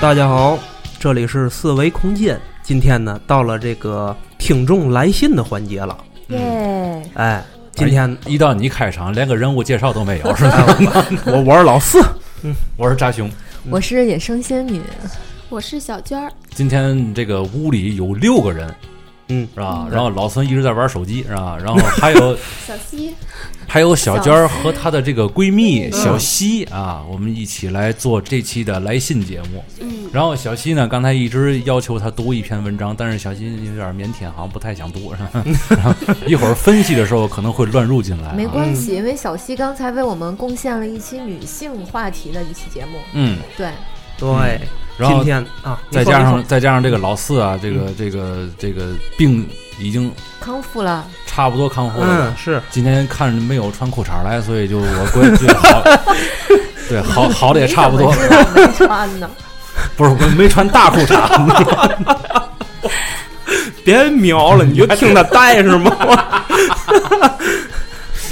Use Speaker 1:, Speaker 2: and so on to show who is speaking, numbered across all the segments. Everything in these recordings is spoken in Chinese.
Speaker 1: 大家好，这里是四维空间。今天呢，到了这个听众来信的环节了。
Speaker 2: 嗯
Speaker 3: 耶！
Speaker 1: 哎，今天、
Speaker 2: 一到你开场，连个人物介绍都没有，是
Speaker 1: 哎
Speaker 2: 吧？
Speaker 1: 我我我是老四，
Speaker 2: 我是扎熊，
Speaker 3: 我是野生仙女，
Speaker 2: 啊
Speaker 4: 我是小娟儿，
Speaker 2: 今天这个屋里有六个人，
Speaker 1: 嗯
Speaker 2: 是吧？
Speaker 4: 嗯
Speaker 2: 然后老孙一直在玩手机，是吧？然后还有
Speaker 4: 小 西，
Speaker 2: 还有小娟儿和她的这个闺蜜
Speaker 4: 嗯
Speaker 2: 小西啊，我们一起来做这期的来信节目。
Speaker 4: 嗯，
Speaker 2: 然后小西呢，刚才一直要求她读一篇文章，但是小西有点腼腆，好像不太想读，是吧？然后一会儿分析的时候可能会乱入进来、啊。
Speaker 3: 没关系，因为小西刚才为我们贡献了一期女性话题的一期节目。
Speaker 2: 嗯，
Speaker 3: 对，
Speaker 1: 对，
Speaker 2: 然
Speaker 1: 嗯
Speaker 2: 后
Speaker 1: 今天啊，你
Speaker 2: 再
Speaker 1: 说
Speaker 2: 加
Speaker 1: 你
Speaker 2: 上
Speaker 1: 说嗯
Speaker 2: 再加上这个老四啊，这个这个这个病已经
Speaker 3: 康复了，
Speaker 2: 差不多康复了。
Speaker 1: 嗯是
Speaker 2: 今天看着没有穿裤衩来，所以就我估计好， 对好好的也差不多
Speaker 3: 你
Speaker 2: 了，
Speaker 3: 怎么知嗯道没穿呢。
Speaker 2: 不是我没穿大裤 衩，
Speaker 1: 别瞄了，你就听他带是吗？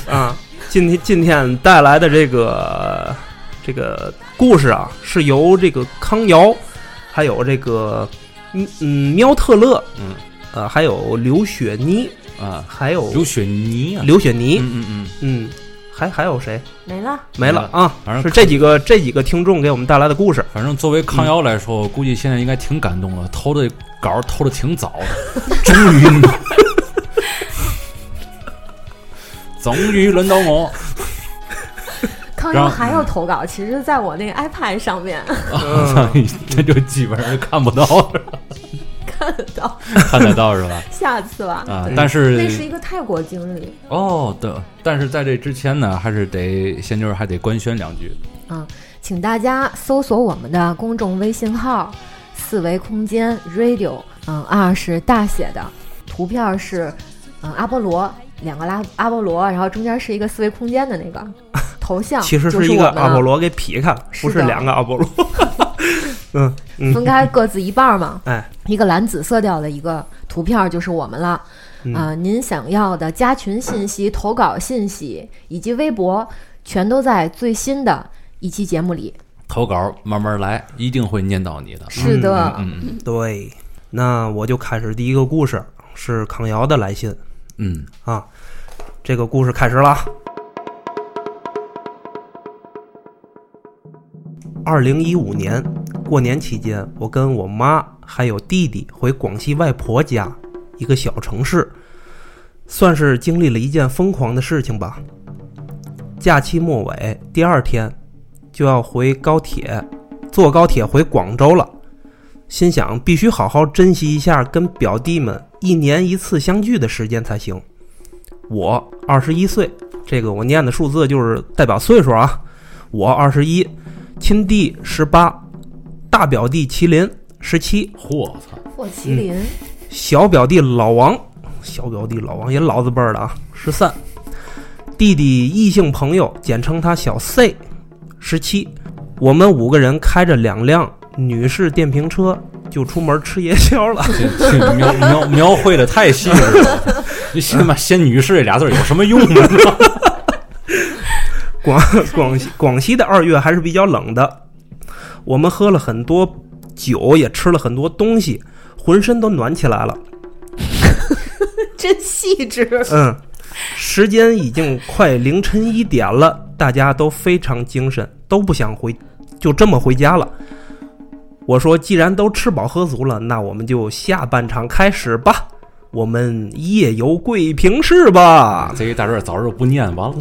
Speaker 1: 啊，今天今天带来的这个这个故事啊，是由这个康瑶，还有这个嗯嗯喵特勒，
Speaker 2: 嗯，
Speaker 1: 呃，还有刘雪妮，
Speaker 2: 啊，
Speaker 1: 还有
Speaker 2: 有雪泥啊，
Speaker 1: 刘雪妮，
Speaker 2: 嗯嗯嗯，
Speaker 1: 嗯，还还有谁
Speaker 3: 没了，
Speaker 1: 没了啊？
Speaker 2: 反正
Speaker 1: 是这几个这几个听众给我们带来的故
Speaker 3: 啊
Speaker 1: 事。
Speaker 2: 反正作为康瑶来说，我估计现在应该挺感动了，投的稿儿投的挺早的， 终于， 终于轮到我，
Speaker 3: 康
Speaker 2: 然
Speaker 3: 瑶
Speaker 2: 后
Speaker 3: 还要投稿，其实在我那个 iPad 上面
Speaker 1: 嗯
Speaker 2: 这就基本上看不到 了，
Speaker 3: 看得到，
Speaker 2: 看得到是吧？
Speaker 3: 下次吧。
Speaker 2: 啊
Speaker 3: 对，
Speaker 2: 但是
Speaker 3: 那是一个泰国经历，
Speaker 2: 哦，对，但是在这之前呢，还是得仙女儿还得官宣两句。
Speaker 3: 请大家搜索我们的公众微信号“四维空间 Radio”，嗯，二是大写的，图片是嗯阿波罗两个拉阿波罗，然后中间是一个四维空间的那 个头像，
Speaker 1: 其实
Speaker 3: 就是
Speaker 1: 一个
Speaker 3: 我们啊
Speaker 1: 阿波罗给劈开，不
Speaker 3: 是
Speaker 1: 是
Speaker 3: 的
Speaker 1: 两个阿波罗。 嗯嗯，
Speaker 3: 分开各自一半儿嘛，
Speaker 1: 哎，
Speaker 3: 一个蓝紫色调的一个图片儿就是我们了。
Speaker 1: 嗯
Speaker 3: 啊、您想要的加群信息、投稿信息以及微博，全都在最新的一期节目里。
Speaker 2: 投稿慢慢来，一定会念到你的。
Speaker 3: 是啊的，
Speaker 2: 嗯
Speaker 1: 对，那我就开始第一个故事，是康瑶的来信
Speaker 2: 嗯
Speaker 1: 啊。这个故事开始了。二零一五年过年期间，我跟我妈还有弟弟回广西外婆家，一个小城市，算是经历了一件疯狂的事情吧。假期末尾第二天就要回高铁，坐高铁回广州了。心想必须好好珍惜一下跟表弟们一年一次相聚的时间才行。我二十一岁，这个我念的数字就是代表岁数啊。我二十一，亲弟十八，大表弟麒麟十七，
Speaker 2: 嗯，嚯，我操，
Speaker 3: 我麒麟、
Speaker 1: 小表弟老王，小表弟老王也老字辈儿的啊，十三。弟弟异性朋友，简称他小 C，十七。我们五个人开着两辆女士电瓶车就出门吃夜宵了。
Speaker 2: 这这描描描绘的太细致了。 这他妈“仙女士”这俩字儿有什么用呢？
Speaker 1: 广广西广西的二月还是比较冷的，我们喝了很多酒，也吃了很多东西，浑身都暖起来了。
Speaker 3: 真细致。
Speaker 1: 嗯，时间已经快凌晨一点了，大家都非常精神，都不想回，就这么回家了。我说，既然都吃饱喝足了，那我们就下半场开始吧。我们夜游桂平市吧。
Speaker 2: 这一大段早日不念完了。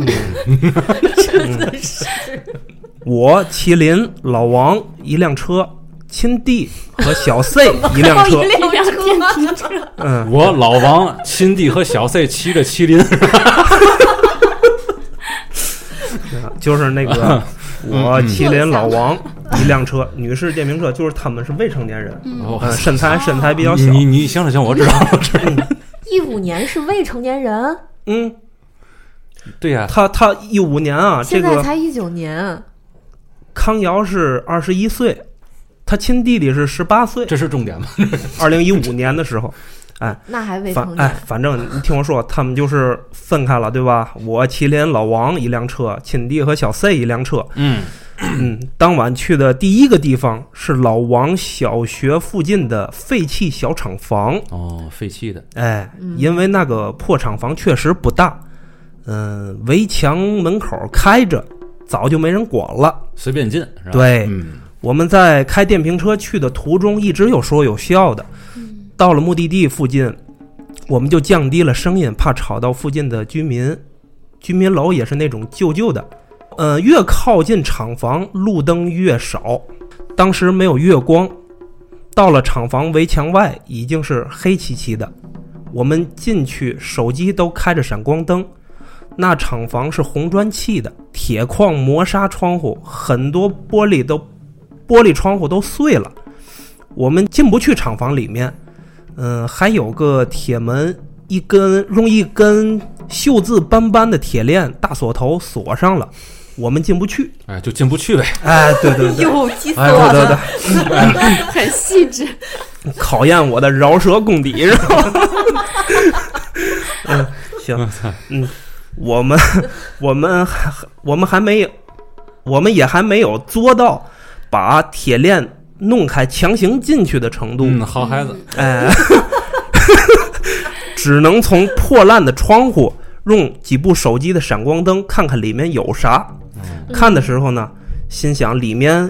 Speaker 1: 我、麒麟、老王一辆车，亲弟和小 C 一辆车。
Speaker 4: 一辆电瓶车，
Speaker 1: 嗯，
Speaker 2: 我老王、亲弟和小 C 骑着麒麟，
Speaker 1: 就是那个我、
Speaker 2: 嗯
Speaker 1: 麒麟、老王
Speaker 3: 嗯
Speaker 1: 一辆车，女士电瓶车，就是他们是未成年人，
Speaker 2: 我
Speaker 1: 嗯，身
Speaker 3: 哦
Speaker 1: 材身材比较
Speaker 2: 你
Speaker 1: 小，
Speaker 2: 你你行了行了，我知道了。
Speaker 3: 一五年是未成年人，
Speaker 1: 嗯，
Speaker 2: 对呀，
Speaker 1: 他他一五年啊，这
Speaker 3: 现在
Speaker 1: 个
Speaker 3: 才一九年，
Speaker 1: 康瑶是二十一岁，他亲弟弟是十八岁，
Speaker 2: 这是重点吗？
Speaker 1: 二零一五年的时候。
Speaker 3: 那还未
Speaker 1: 反
Speaker 3: 成
Speaker 1: 哎
Speaker 3: 年。，
Speaker 1: 反正你听我说，他们就是分开了，对吧？我麒麟老王一辆车，亲弟和小 C 一辆车，
Speaker 2: 嗯，
Speaker 1: 嗯，当晚去的第一个地方是老王小学附近的废弃小厂房。
Speaker 2: 哦，废弃的，
Speaker 1: 哎
Speaker 3: 嗯，
Speaker 1: 因为那个破厂房确实不大，嗯、围墙门口开着，早就没人管了。
Speaker 2: 随便进是吧？，
Speaker 1: 对，
Speaker 2: 嗯，
Speaker 1: 我们在开电瓶车去的途中，一直有说有笑的。
Speaker 4: 嗯
Speaker 1: 到了目的地附近，我们就降低了声音，怕吵到附近的居民。居民楼也是那种旧旧的，呃，越靠近厂房，路灯越少。当时没有月光，到了厂房围墙外已经是黑漆漆的。我们进去，手机都开着闪光灯。那厂房是红砖砌的，铁矿磨砂窗户，很多玻璃都玻璃窗户都碎了。我们进不去厂房里面，嗯，还有个铁门，一根用一根锈渍斑斑的铁链大锁头锁上了，我们进不去。
Speaker 2: 哎，就进不去呗。
Speaker 1: 哎，对对对，
Speaker 4: 哟，气死
Speaker 1: 哎，对对对，
Speaker 4: 很细致。
Speaker 1: 考验我的饶舌功底是吧？嗯，行，嗯，我们我们还我们还没有，我们也还没有作到把铁链弄开、强行进去的程度。
Speaker 2: 嗯，好孩子，
Speaker 1: 哎， 只能从破烂的窗户用几部手机的闪光灯看看里面有啥。看的时候呢，心想里面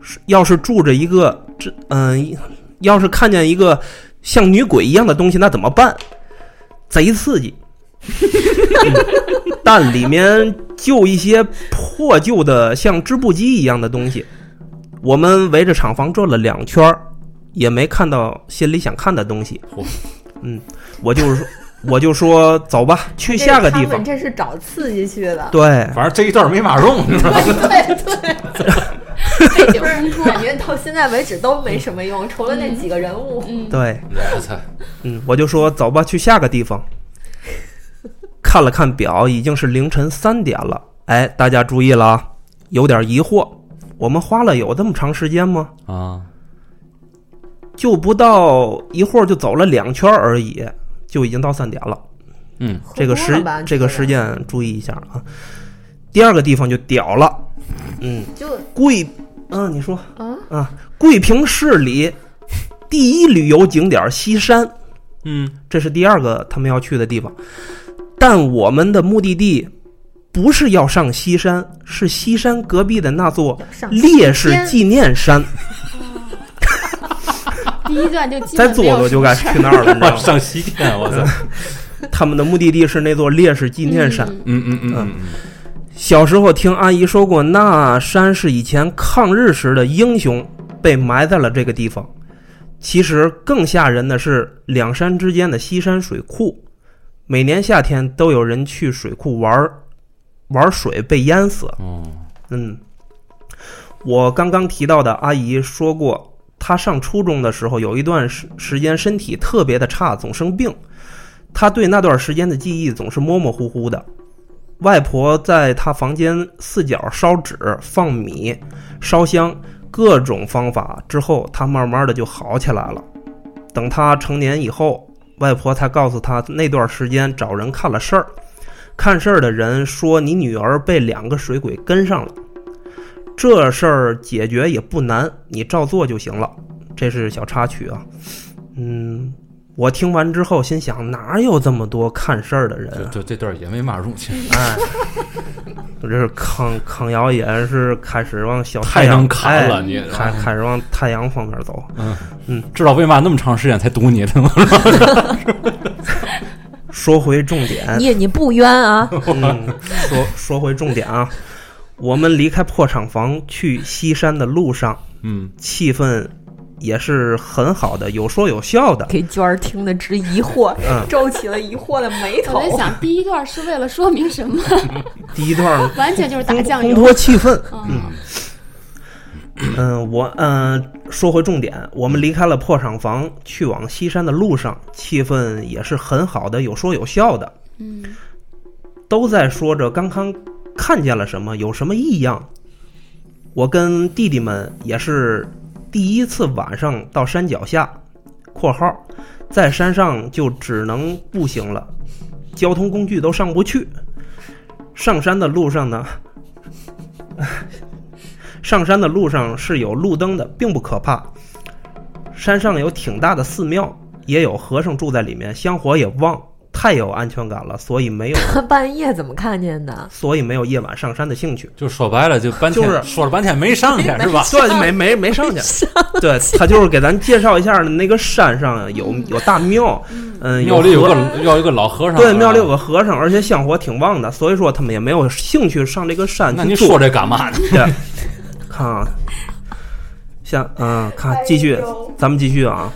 Speaker 1: 是要是住着一个这嗯、要是看见一个像女鬼一样的东西，那怎么办？贼刺激。嗯但里面就一些破旧的像织布机一样的东西。我们围着厂房转了两圈儿，也没看到心里想看的东西
Speaker 2: 嚯。
Speaker 1: 嗯，我就是说，我就说走吧，去 下个地
Speaker 3: 他
Speaker 1: 方
Speaker 3: 们。这是找刺激去的，
Speaker 1: 对，
Speaker 2: 反正这一段没法用，是吧？
Speaker 3: 对对，
Speaker 4: 背景烘 托
Speaker 3: 感觉到现在为止都没什么用，除了那几个人物。
Speaker 4: 嗯，
Speaker 1: 对，
Speaker 2: 我操，
Speaker 1: 嗯，我就说走吧，去下个地方。 看了看表，已经是凌晨三点了。哎，大家注意了啊，有点疑惑，我们花了有这么长时间吗？
Speaker 2: 啊，
Speaker 1: 就不到一会儿就走了两圈而已，就已经到三点了。
Speaker 2: 嗯，
Speaker 1: 这个
Speaker 3: 喝多
Speaker 1: 时
Speaker 3: 了吧
Speaker 1: 这个时，间注意一下啊。第二个地方就屌了，嗯，
Speaker 3: 就
Speaker 1: 贵，嗯、你说
Speaker 3: 啊
Speaker 1: 啊，桂平市里第一旅游景点西山。
Speaker 2: 嗯，
Speaker 1: 这是第二个他们要去的地方。但我们的目的地不是要上西山，是西山隔壁的那座
Speaker 3: 上
Speaker 1: 烈士纪念山。
Speaker 4: 第一段就基
Speaker 1: 再
Speaker 4: 本
Speaker 1: 坐
Speaker 4: 没有
Speaker 1: 坐就该
Speaker 4: 什么
Speaker 1: 去那儿了，你知道 吗？
Speaker 2: 嗯上西天，我操，
Speaker 1: 他们的目的地是那座烈士纪念山。
Speaker 4: 嗯
Speaker 2: 嗯嗯嗯嗯
Speaker 1: 小时候听阿姨说过，那山是以前抗日时的英雄被埋在了这个地方。其实更吓人的是两山之间的西山水库，每年夏天都有人去水库玩儿，玩儿水被淹死。
Speaker 2: 嗯，哦，
Speaker 1: 嗯，我刚刚提到的阿姨说过，她上初中的时候有一段时时间身体特别的差，总生病。她对那段时间的记忆总是模模糊糊的。外婆在她房间四角烧纸、放米、烧香，各种方法之后，她慢慢的就好起来了。等她成年以后，外婆才告诉她那段时间找人看了事儿，看事儿的人说你女儿被两个水鬼跟上了，这事儿解决也不难，你照做就行了。这是小插曲啊，嗯，我听完之后心想，哪有这么多看事儿的人
Speaker 2: 就
Speaker 1: 啊？
Speaker 2: 就这段也没法用，其实
Speaker 1: 哎， 我这是抗抗谣也是开始往小
Speaker 2: 太
Speaker 1: 阳
Speaker 2: 能砍了
Speaker 1: 哎
Speaker 2: 你啊
Speaker 1: 开开始往太阳方面走。
Speaker 2: 知道为嘛那么长时间才堵你的吗？
Speaker 1: 说回重点，
Speaker 3: 你你不冤啊，
Speaker 1: 嗯，说说回重点啊，我们离开破厂房去西山的路上，
Speaker 2: 嗯，
Speaker 1: 气氛也是很好的，有说有笑的。
Speaker 3: 给娟儿听得直疑惑
Speaker 1: 嗯，
Speaker 3: 皱起了疑惑的眉
Speaker 4: 我在想，第一段是为了说明什么？
Speaker 1: 第一段儿
Speaker 4: 完全就是打
Speaker 1: 烘
Speaker 4: 酱
Speaker 1: 烘
Speaker 4: 油。
Speaker 1: 托气氛。
Speaker 4: 嗯，
Speaker 1: 嗯，我嗯、说回重点，我们离开了破厂房，去往西山的路上，气氛也是很好的，有说有笑的，
Speaker 4: 嗯，
Speaker 1: 都在说着刚刚看见了什么，有什么异样。我跟弟弟们也是第一次晚上到山脚下（括号在山上就只能步行了，交通工具都上不去）。上山的路上呢，上山的路上是有路灯的，并不可怕。山上有挺大的寺庙，也有和尚住在里面，香火也旺，太有安全感了，所以没有，
Speaker 3: 他半夜怎么看见的？
Speaker 1: 所以没有夜晚上山的兴趣。
Speaker 2: 就说白了，就半天、
Speaker 1: 就是
Speaker 2: 说了半天没上去是吧？
Speaker 1: 对，没没没上去。对他就是给咱介绍一下，那个山上有有大庙，嗯，
Speaker 2: 庙里有
Speaker 1: 和
Speaker 2: 个要有个老和尚，啊
Speaker 1: 对庙里有个和尚，而且香火挺旺的，所以说他们也没有兴趣上这个山
Speaker 2: 那
Speaker 1: 去
Speaker 2: 你
Speaker 1: 住
Speaker 2: 说这干嘛呢？
Speaker 1: 对，看啊，像嗯，看继续，咱们继续啊。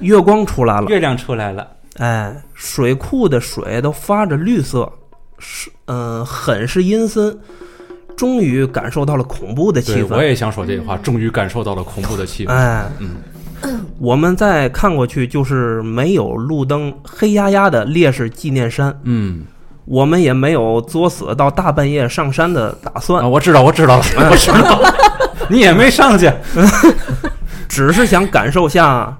Speaker 1: 月光出来了，
Speaker 2: 月亮出来了，
Speaker 1: 哎，水库的水都发着绿色，是嗯、很是阴森。终于感受到了恐怖的气
Speaker 2: 对，我
Speaker 1: 氛。
Speaker 2: 也想说这句话，终于感受到了恐怖的气氛。
Speaker 1: 哎，
Speaker 2: 嗯，
Speaker 1: 我们再看过去，就是没有路灯，黑压压的烈士纪念山。
Speaker 2: 嗯
Speaker 1: 我们也没有作死到大半夜上山的打算
Speaker 2: 啊，，我哎知道，我知道了，我知道了， 你也没上去，
Speaker 1: 只是想感受下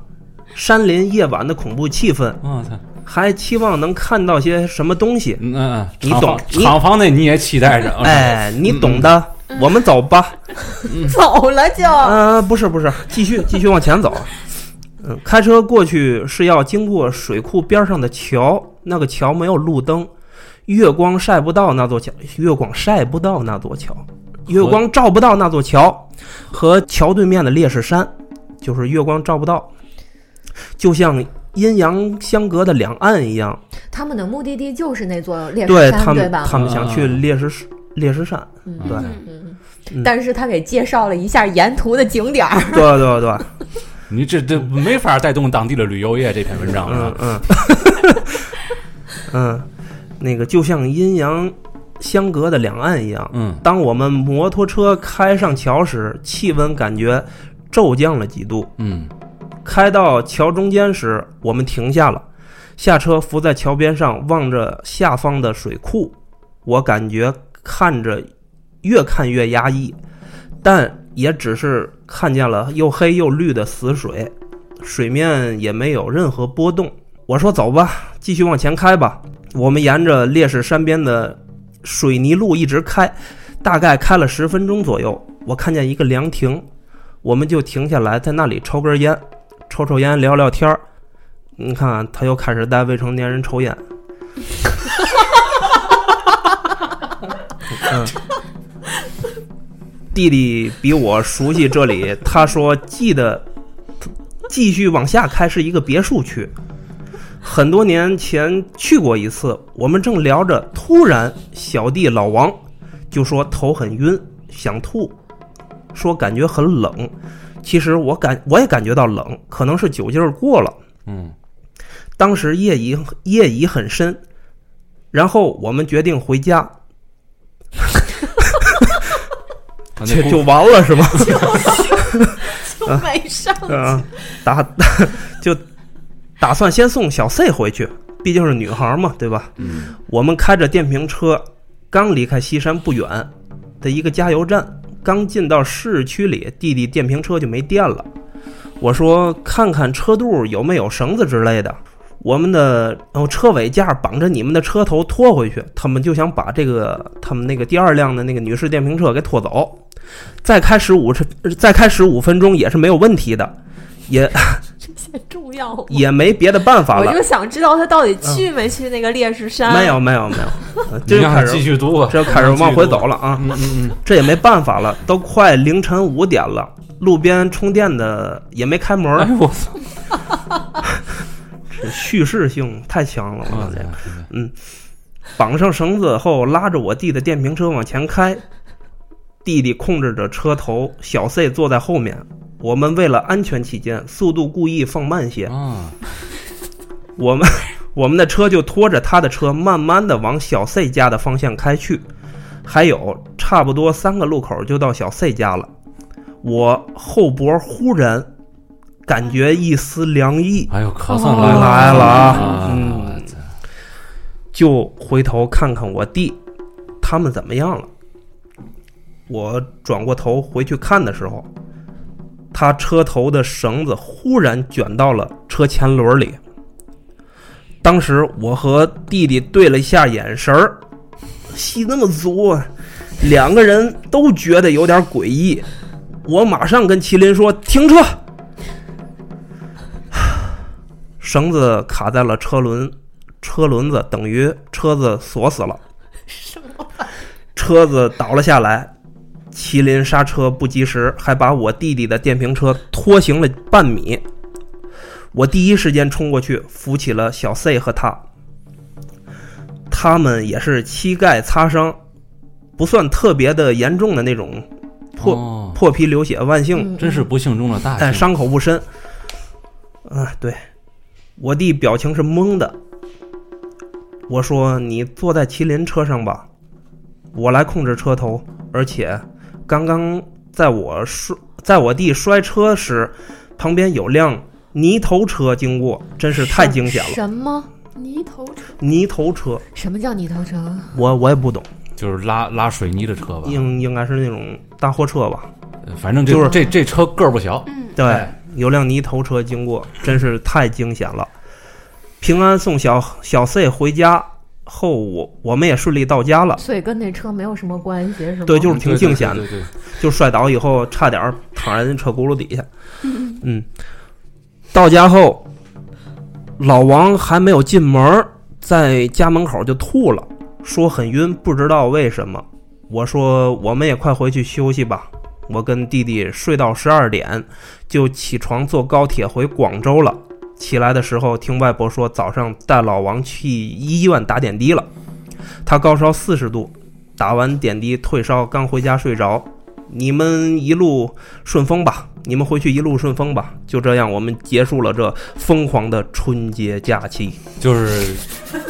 Speaker 1: 山林夜晚的恐怖气氛。
Speaker 2: 我操，
Speaker 1: 还期望能看到些什么东西。
Speaker 2: 嗯嗯，
Speaker 1: 你
Speaker 2: 厂房
Speaker 1: 懂你
Speaker 2: 厂房那你也期待着，啊
Speaker 1: 哎，你懂的，我们走吧。嗯
Speaker 3: 走了 就
Speaker 1: 呃，不是不是，继续继续往前走。 嗯，开车过去是要经过水库边上的桥，那个桥没有路灯，月光晒不到那座桥，月光晒不到那座桥，月光照不到那座桥和桥对面的烈士山，就是月光照不到，就像阴阳相隔的两岸一样。
Speaker 3: 他们的目的地就是那座烈
Speaker 1: 对
Speaker 3: 士
Speaker 1: 他
Speaker 3: 山，对
Speaker 1: 们，
Speaker 3: 吧？
Speaker 1: 他们想去
Speaker 2: 啊
Speaker 1: 烈士烈士山，
Speaker 3: 嗯
Speaker 1: 对。
Speaker 4: 嗯
Speaker 3: 嗯
Speaker 1: 嗯
Speaker 3: 嗯，但是他给介绍了一下沿途的景点儿，
Speaker 1: 对对对，
Speaker 2: 你这这没法带动当地的旅游业这篇文章啊
Speaker 1: 嗯
Speaker 2: 了，
Speaker 1: 嗯，嗯， 那个就像阴阳相隔的两岸一样。
Speaker 2: 嗯，
Speaker 1: 当我们摩托车开上桥时，气温感觉骤降了几度。
Speaker 2: 嗯，
Speaker 1: 开到桥中间时，我们停下了，下车伏在桥边上，望着下方的水库。我感觉看着越看越压抑，但也只是看见了又黑又绿的死水，水面也没有任何波动。我说：“走吧，继续往前开吧。”我们沿着烈士山边的水泥路一直开，大概开了十分钟左右，我看见一个凉亭，我们就停下来，在那里抽根烟，抽抽烟，聊聊天儿。你看啊，他又开始带未成年人抽烟。嗯，弟弟比我熟悉这里，他说记得继续往下开是一个别墅区。很多年前去过一次，我们正聊着，突然小弟老王就说头很晕，想吐，说感觉很冷。其实我感我也感觉到冷，可能是酒劲儿过了。
Speaker 2: 嗯，
Speaker 1: 当时夜已夜已很深，然后我们决定回家，
Speaker 2: 他啊那
Speaker 1: 就
Speaker 2: 故
Speaker 1: 就完了是吧？
Speaker 4: 就没上去
Speaker 1: 嗯，打 就打算先送小 C 回去，毕竟是女孩嘛，对吧？
Speaker 2: 嗯
Speaker 1: 我们开着电瓶车，刚离开西山不远的一个加油站，刚进到市区里，弟弟电瓶车就没电了。我说看看车肚有没有绳子之类的。我们的哦车尾架绑着你们的车头拖回去，他们就想把这个他们那个第二辆的那个女士电瓶车给拖走。再开始五十，再开始五分钟也是没有问题的，也
Speaker 3: 这些重要吗？
Speaker 1: 也没别的办法
Speaker 3: 我
Speaker 1: 了。
Speaker 3: 就想知道他到底去没去那个烈士山。
Speaker 1: 没有没有没有，呃
Speaker 2: 你
Speaker 1: 这就
Speaker 2: 让
Speaker 1: 开
Speaker 2: 他
Speaker 1: 始
Speaker 2: 继续读吧，啊
Speaker 1: 这就开始往回走了啊。
Speaker 2: 嗯，嗯嗯
Speaker 1: 这也没办法了，都快凌晨五点了，路边充电的也没开门
Speaker 2: 嗯，哎
Speaker 1: 儿，
Speaker 2: 呦我操，
Speaker 1: 这叙事性太强了，我
Speaker 2: 我
Speaker 1: 操！这
Speaker 2: 操
Speaker 1: 个绑上绳子后，拉着我弟的电瓶车往前开，弟弟控制着车头，小 C 坐在后面。我们为了安全起见，速度故意放慢些。
Speaker 2: 啊，
Speaker 1: 我们 我们的车就拖着他的车，慢慢的往小 C 家的方向开去。还有差不多三个路口就到小 C 家了。我后脖忽然感觉一丝凉意，
Speaker 2: 哎呦，可算来
Speaker 3: 哦
Speaker 1: 来了啊
Speaker 2: 啊！
Speaker 1: 嗯就回头看看我弟，他们怎么样了。我转过头回去看的时候，他车头的绳子忽然卷到了车前轮里。当时我和弟弟对了一下眼神儿，戏那么足啊，两个人都觉得有点诡异。我马上跟麒麟说停车， 绳子卡在了车轮，车轮子等于车子锁死了，
Speaker 4: 什么玩意
Speaker 1: 车子倒了下来。麒麟刹车不及时，还把我弟弟的电瓶车拖行了半米。我第一时间冲过去扶起了小 C 和他，他们也是膝盖擦伤，不算特别的严重的那种破、
Speaker 2: 哦
Speaker 1: 破皮流血，万幸
Speaker 3: 嗯
Speaker 2: 真是不幸中的大
Speaker 1: 但
Speaker 2: 幸。
Speaker 1: 伤口不深。啊，对，我弟表情是懵的。我说：“你坐在麒麟车上吧，我来控制车头。而且，刚刚在我摔，在我弟摔车时，旁边有辆泥头车经过，真是太惊险了。
Speaker 3: 什么？
Speaker 4: 泥头车，
Speaker 1: 泥头车，
Speaker 3: 什么叫泥头车？
Speaker 1: 我我也不懂，
Speaker 2: 就是拉拉水泥的车吧，
Speaker 1: 应应该是那种大货车吧？
Speaker 2: 呃反正这、
Speaker 1: 嗯就是
Speaker 2: 这这车个儿不小，
Speaker 4: 嗯，
Speaker 1: 对
Speaker 2: 哎，
Speaker 1: 有辆泥头车经过，真是太惊险了。平安送小小 C 回家后，我我们也顺利到家了，
Speaker 3: 所以跟那车没有什么关系，是吗？
Speaker 1: 对就是挺
Speaker 2: 对
Speaker 1: 惊险的
Speaker 2: 对对对对
Speaker 1: 就摔倒以后差点儿躺在人车轱辘底下。嗯，到家后，老王还没有进门儿，在家门口就吐了，说很晕，不知道为什么。我说我们也快回去休息吧。我跟弟弟睡到十二点，就起床坐高铁回广州了。起来的时候，听外婆说早上带老王去医院打点滴了，他高烧四十度，打完点滴退烧，刚回家睡着。你们一路顺风吧，你们回去一路顺风吧。就这样，我们结束了这疯狂的春节假期。
Speaker 2: 就是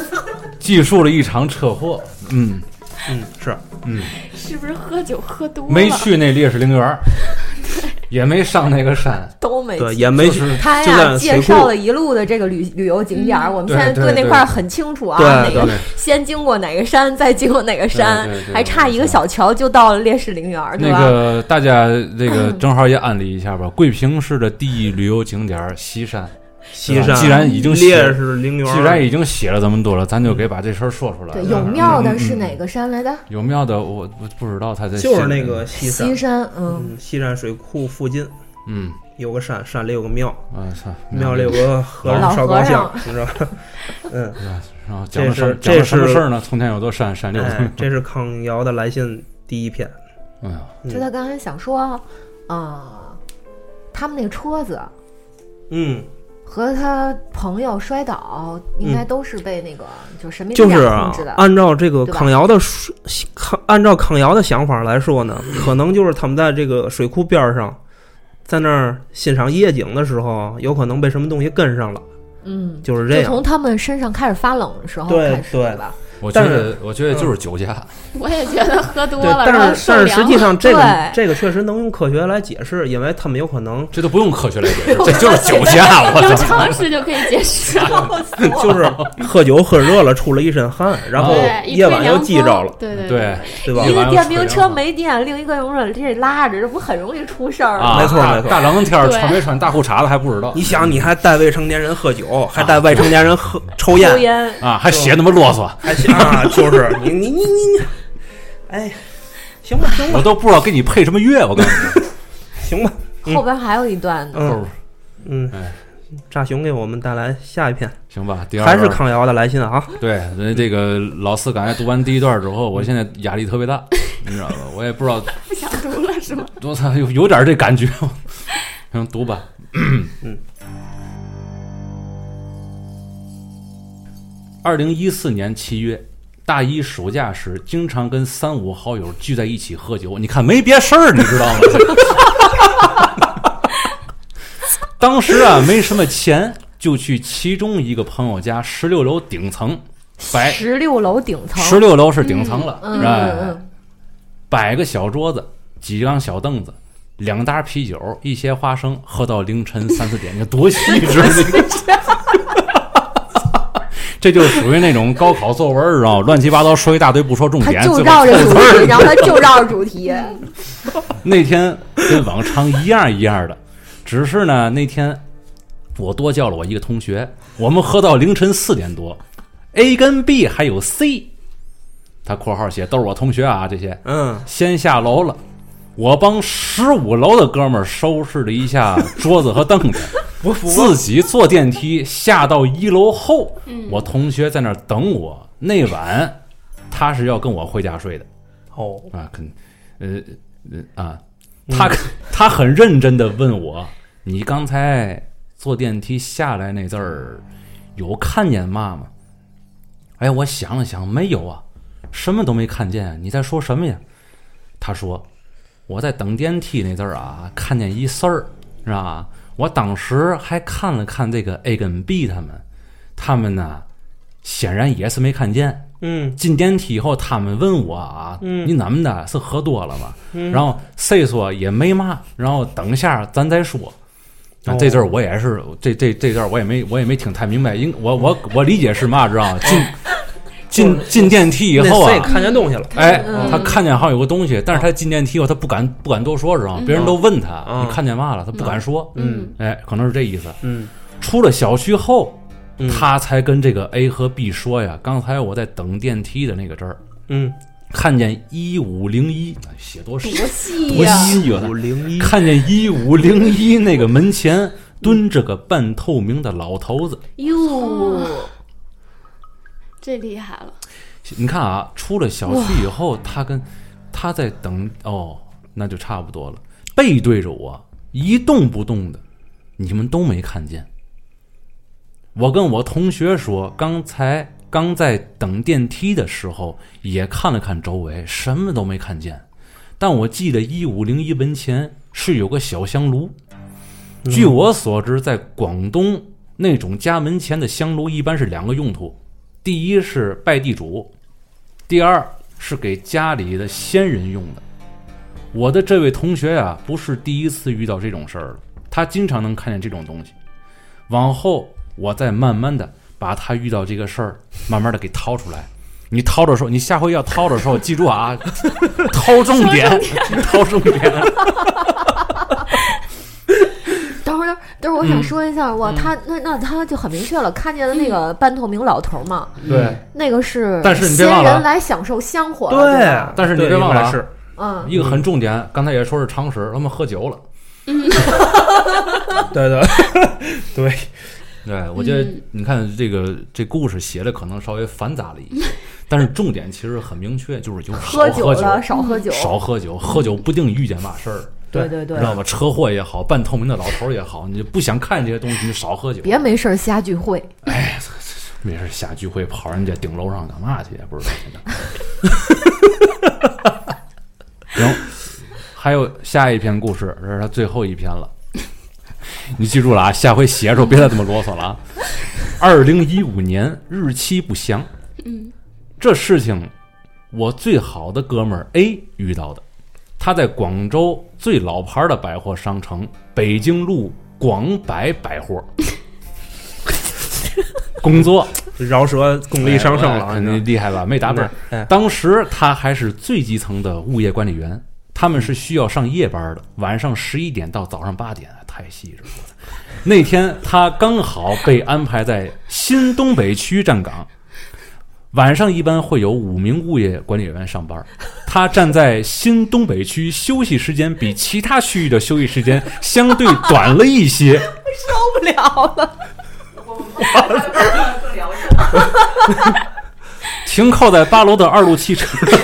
Speaker 2: 记述了一场车祸，嗯
Speaker 1: 嗯，是
Speaker 2: 嗯，
Speaker 4: 是不是喝酒喝多了？
Speaker 2: 没去那烈士陵园儿，也没上那个山，
Speaker 3: 都没
Speaker 1: 对，也没
Speaker 2: 就
Speaker 1: 去，
Speaker 2: 是
Speaker 3: 他
Speaker 1: 就
Speaker 3: 呀
Speaker 1: 在
Speaker 3: 介
Speaker 1: 水库
Speaker 3: 绍了一路的这个旅旅游景点儿，
Speaker 4: 嗯
Speaker 3: 我们
Speaker 2: 对
Speaker 3: 现在
Speaker 2: 对
Speaker 3: 那
Speaker 2: 对
Speaker 3: 块儿很清楚啊，
Speaker 1: 对
Speaker 3: 哪
Speaker 1: 对
Speaker 3: 个先经过哪个山，再经过哪个山
Speaker 2: 对对，对
Speaker 3: 还差一个小桥就到了烈士陵园儿，对
Speaker 2: 那
Speaker 3: 吧？
Speaker 2: 个大家这个正好也安利一下吧，桂平市的第一旅游景点儿西山，
Speaker 1: 西山，
Speaker 2: 既然已经写
Speaker 1: 烈士陵园，
Speaker 2: 既然已经写了这么多了，咱就给把这事儿说出来。
Speaker 3: 对，有庙的是哪个山来的？
Speaker 2: 有庙的我我不知道他在
Speaker 1: 就是那个西
Speaker 3: 西
Speaker 1: 山，
Speaker 3: 山，嗯，
Speaker 1: 嗯，西山水库附近
Speaker 2: 嗯
Speaker 1: 有个山，山里有个庙，
Speaker 2: 啊操
Speaker 1: 庙里有个和
Speaker 3: 老
Speaker 1: 尚
Speaker 3: 和
Speaker 1: 烧高香
Speaker 3: 尚，
Speaker 1: 你知 道吧？嗯，
Speaker 2: 然后讲的什么
Speaker 1: 这是
Speaker 2: 讲的什么
Speaker 1: 这是
Speaker 2: 事儿呢？从前有座山，山里有座
Speaker 1: 哎，这是康瑶的来信第一篇。嗯
Speaker 2: 哎呀，
Speaker 3: 就他刚才想说，啊、他们那个车子
Speaker 1: 嗯，
Speaker 3: 和他朋友摔倒，应该都是被那个、就神秘力
Speaker 1: 就是
Speaker 3: 量
Speaker 1: 啊
Speaker 3: 控制的，，
Speaker 1: 按照这个
Speaker 3: 对吧
Speaker 1: 康瑶的说康，按照康瑶的想法来说呢，可能就是他们在这个水库边儿上，在那儿欣赏夜景的时候，啊有可能被什么东西跟上了，
Speaker 3: 嗯。
Speaker 1: 就是这
Speaker 3: 就
Speaker 1: 样。
Speaker 3: 从他们身上开始发冷的时候
Speaker 1: 对
Speaker 3: 开始
Speaker 1: 对
Speaker 3: 的吧，
Speaker 2: 我觉
Speaker 1: 但
Speaker 2: 得
Speaker 1: 是
Speaker 2: 我觉得就是酒驾，
Speaker 4: 我也觉得喝多
Speaker 1: 对
Speaker 4: 了，，然后
Speaker 1: 但是
Speaker 4: 受
Speaker 1: 但是
Speaker 4: 凉
Speaker 1: 实际
Speaker 4: 了
Speaker 1: 上这个
Speaker 3: 对
Speaker 1: 这个确实能用科学来解释，因为他们有可 能
Speaker 2: 这都不用科学来解释，这就是酒驾，我
Speaker 4: 用
Speaker 2: 操！
Speaker 4: 常识就可以 解释
Speaker 1: 哦
Speaker 4: 了。
Speaker 1: 就是啊喝酒喝热了出了一身汗，然后
Speaker 4: 对，一
Speaker 1: 夜
Speaker 4: 吹
Speaker 1: 晚又
Speaker 4: 凉
Speaker 1: 记着
Speaker 4: 风
Speaker 1: 了，
Speaker 4: 对对
Speaker 2: 对，
Speaker 1: 对吧
Speaker 3: 一？个
Speaker 2: 晚
Speaker 3: 电
Speaker 2: 上吹
Speaker 3: 瓶
Speaker 2: 凉
Speaker 3: 车
Speaker 2: 风
Speaker 3: 没电，另一个用着这拉着，这不很容易出事儿吗？
Speaker 2: 啊，
Speaker 1: 没错
Speaker 2: 大
Speaker 1: 没错
Speaker 2: 大冷天儿
Speaker 4: 对
Speaker 2: 穿没穿大裤衩子还不知道
Speaker 1: 你想，你还带未成年人喝酒，还
Speaker 4: 啊
Speaker 1: 带未成年人喝抽烟
Speaker 3: 抽，烟，
Speaker 2: 啊，还写那么啰嗦，
Speaker 1: 还行啊，就是你你你你你，哎，行吧行
Speaker 2: 我
Speaker 1: 吧
Speaker 2: 都不知道给你配什么乐，我跟你
Speaker 1: 行吧，嗯
Speaker 3: 后边还有一段呢。
Speaker 1: 嗯
Speaker 2: 说，
Speaker 1: 嗯
Speaker 2: 哎，
Speaker 1: 炸熊给我们带来下一篇，
Speaker 2: 行吧？第二
Speaker 1: 还是
Speaker 2: 段
Speaker 1: 康瑶的来信啊，
Speaker 2: 对，人家这个老四刚才读完第一段之后，我现在压力特别大，你知道吧？我也不知道，
Speaker 4: 不想 读了是吗？
Speaker 2: 我操，有有点这感觉。 行，读吧。
Speaker 1: 嗯。
Speaker 2: 二零一四年七月，大一暑假时，经常跟三五好友聚在一起喝酒。你看没别事儿，你知道吗？ 当时啊，没什么钱，就去其中一个朋友家十六楼顶层
Speaker 1: 哎
Speaker 2: 摆
Speaker 3: 十六楼顶层，
Speaker 2: 十六楼是顶层了，
Speaker 3: 嗯
Speaker 2: 哎
Speaker 3: 嗯嗯，
Speaker 2: 摆个小桌子，几张小凳子，两打啤酒，一些花生，喝到凌晨三四点，你多细致！ 你这就属于那种高考作文儿，然后乱七八糟说一大堆，不说重
Speaker 3: 他
Speaker 2: 点，
Speaker 3: 就
Speaker 2: 最后
Speaker 3: 绕着主
Speaker 2: 凑字儿
Speaker 3: 题，然后他就绕着主 题，
Speaker 2: 那天跟往常一样一样的，只是呢，那天我多叫了我一个同学，我们喝到凌晨四点多，A 跟 B 还有 C，他括号写都是我同学啊，这些
Speaker 1: 嗯
Speaker 2: 先下楼了。我帮十五楼的哥们儿收拾了一下桌子和凳子，
Speaker 1: 不服
Speaker 2: 自己坐电梯下到一楼后，
Speaker 4: 嗯
Speaker 2: 我同学在那儿等我。那晚他是要跟我回家睡的
Speaker 1: 哦，
Speaker 2: 啊，肯呃呃啊，他 他很认真的问我：“你刚才坐电梯下来那阵儿，有看见妈吗？”哎，我想了想，没有啊，什么都没看见。啊你在说什么呀？他说：“我在等电梯那阵儿啊，看见一事儿，是吧？我当时还看了看这个 A 跟 B 他们，他们呢，显然也是没看见。
Speaker 1: 嗯
Speaker 2: 进电梯以后，他们问我啊，你怎么的？是喝多了吗？然后 C 说也没嘛，然后等一下咱再说。啊
Speaker 1: 哦，
Speaker 2: 这阵儿我也是，这这这阵儿我也没我也没听太明白，因我我我理解是嘛，知道吗？进进进电梯以
Speaker 1: 那
Speaker 2: 后啊
Speaker 1: 谁，看见东西了
Speaker 2: 哎，
Speaker 3: 嗯
Speaker 2: 他看见好像有个东西，
Speaker 4: 哦
Speaker 2: 但是他进电梯以后他不敢不敢多说，知道吗？别人都问他
Speaker 1: 嗯
Speaker 2: 你看见嘛了，他不敢说，
Speaker 4: 嗯
Speaker 2: 哎，可能是这意思。
Speaker 1: 嗯
Speaker 2: 出了小区后，
Speaker 1: 嗯
Speaker 2: 他才跟这个 A 和 B 说呀，刚才我在等电梯的那个阵儿。
Speaker 1: 嗯，
Speaker 2: 看见一五零一，哎写多少
Speaker 4: 多细
Speaker 2: 多
Speaker 4: 呀！
Speaker 2: 阴有
Speaker 1: 五
Speaker 2: 的，
Speaker 1: 零一
Speaker 2: 看见一五零一那个门前
Speaker 4: 嗯
Speaker 2: 蹲着个半透明的老头子。
Speaker 3: 哟，
Speaker 4: 这厉害了，
Speaker 2: 你看啊，出了小区以后，他跟他在等哦，那就差不多了，背对着我一动不动的，你们都没看见。我跟我同学说，刚才刚在等电梯的时候，也看了看周围，什么都没看见。但我记得一五零一门前是有个小香炉，据我所知，在广东那种家门前的香炉一般是两个用途，第一是拜地主，第二是给家里的先人用的。我的这位同学呀、不是第一次遇到这种事儿了，他经常能看见这种东西。往后我再慢慢的把他遇到这个事儿，慢慢的给掏出来。你掏的时候，你下回要掏的时候，记住啊， 掏重点， 掏重点。
Speaker 3: 等会儿，等会儿，我
Speaker 1: 嗯
Speaker 3: 想说一下，哇，他那那他就很明确了，看见了那个半透明老头嘛，
Speaker 2: 对，
Speaker 3: 那个是
Speaker 2: 但是你别
Speaker 3: 先
Speaker 2: 忘了
Speaker 3: 人来享受香火的，对
Speaker 1: 对
Speaker 3: 吧，
Speaker 2: 但是你别忘了啊
Speaker 1: 是
Speaker 3: 嗯，
Speaker 2: 一个很重点，刚才也说是常识，他们喝酒了。
Speaker 1: 对对 对，
Speaker 2: 对，我觉得
Speaker 4: 嗯
Speaker 2: 你看这个这故事写的可能稍微繁杂了一些，但是重点其实很明确，就是有少
Speaker 3: 喝酒
Speaker 2: 喝酒，嗯
Speaker 3: 了，少喝酒，
Speaker 2: 少喝酒，喝酒不定遇见嘛事儿，
Speaker 3: 对对对
Speaker 2: 知，道吧？车祸也好，半透明的老头儿也好，你就不想看这些东西，你就少喝酒。
Speaker 3: 别没事儿瞎聚会，
Speaker 2: 没事瞎聚会，跑人家顶楼上干嘛去？也不知道现在。然后还有下一篇故事，这是他最后一篇了。你记住了啊，下回写的时候别再这么啰嗦了啊。二零一五年日期不详，
Speaker 4: 嗯，
Speaker 2: 这事情我最好的哥们儿 A 遇到的，他在广州最老牌的百货商城北京路广百百货工作。
Speaker 1: 饶舌功力上升了啊，嗯
Speaker 2: 哎肯定厉害吧？没打
Speaker 1: 打
Speaker 2: 本
Speaker 1: 本
Speaker 2: 儿。当时他还是最基层的物业管理员，他们是需要上夜班的，晚上十一点到早上八点，哎太细致了。我操那天他刚好被安排在新东北区站岗，晚上一般会有五名物业管理员上班，他站在新东北区休息时间比其他区域的休息时间相对短了一些。
Speaker 3: 受不了了，
Speaker 2: 停靠在八楼的二路汽车。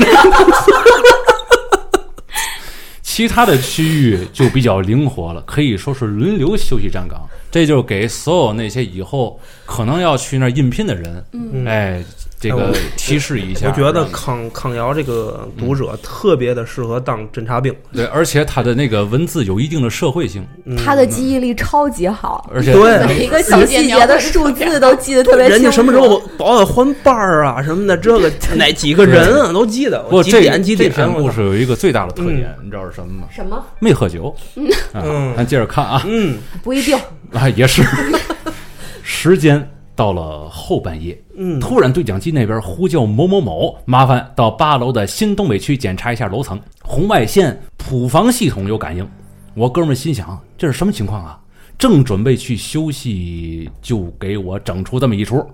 Speaker 2: 其他的区域就比较灵活了，可以说是轮流休息站岗。这就给所有那些以后可能要去那儿应聘的人，
Speaker 4: 嗯
Speaker 2: 哎，这
Speaker 1: 哎
Speaker 2: 个
Speaker 1: 我
Speaker 2: 提示一下。
Speaker 1: 我觉得
Speaker 2: 嗯
Speaker 1: 康康瑶这个读者特别的适合当侦察兵，
Speaker 2: 对，而且他的那个文字有一定的社会性，
Speaker 1: 嗯
Speaker 3: 他的记忆力超级好，
Speaker 2: 而且
Speaker 1: 对。
Speaker 3: 每一个小细节的数字都记得特别清
Speaker 1: 人
Speaker 3: 楚。
Speaker 1: 家什么时候保安换班儿啊什么的，这个哪几个人啊都记得。
Speaker 2: 不过
Speaker 1: 几
Speaker 2: 这
Speaker 1: 点几
Speaker 2: 这
Speaker 1: 点？
Speaker 2: 篇
Speaker 1: 我
Speaker 2: 故事有一个最大的特点，你知道是什么吗？
Speaker 3: 什么
Speaker 2: 没喝酒。啊
Speaker 1: 嗯
Speaker 2: 咱接着看啊。
Speaker 1: 嗯
Speaker 3: 不一定，
Speaker 2: 啊，也是。 时间到了后半夜，
Speaker 1: 嗯
Speaker 2: 突然对讲机那边呼叫某某某，麻烦到八楼的新东北区检查一下楼层，红外线普防系统有感应。我哥们儿心想，这是什么情况啊？正准备去休息，就给我整出这么一出。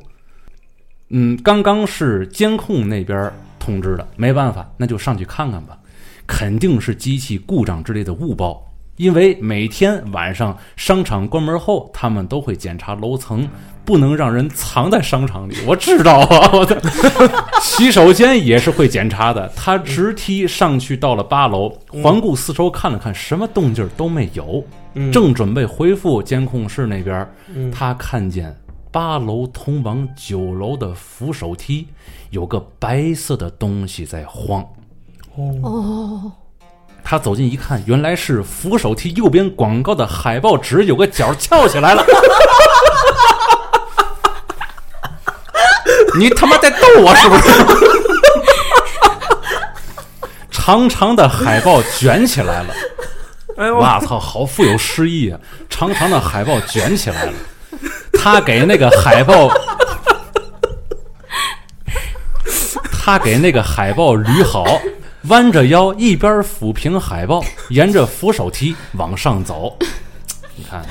Speaker 2: 嗯，刚刚是监控那边通知的，没办法，那就上去看看吧。肯定是机器故障之类的误报。因为每天晚上商场关门后，他们都会检查楼层，不能让人藏在商场里。我知道啊，我的洗手间也是会检查的。他直梯上去到了八楼，环顾四周看了看，什么动静都没有。
Speaker 1: 嗯
Speaker 2: 正准备回复监控室那边，
Speaker 1: 嗯
Speaker 2: 他看见八楼通往九楼的扶手梯有个白色的东西在晃。
Speaker 1: 哦，
Speaker 3: 哦，
Speaker 2: 他走近一看，原来是扶手梯右边广告的海报纸有个角翘起来了。 你他妈在逗我是不 是？长长的海报卷起来了。
Speaker 1: 哎呦，
Speaker 2: 哇操，好富有诗意啊！长长的海报卷起来了，他给那个海报，他给那个海报捋好，弯着腰一边抚平海报，沿着扶手梯往上走。你看，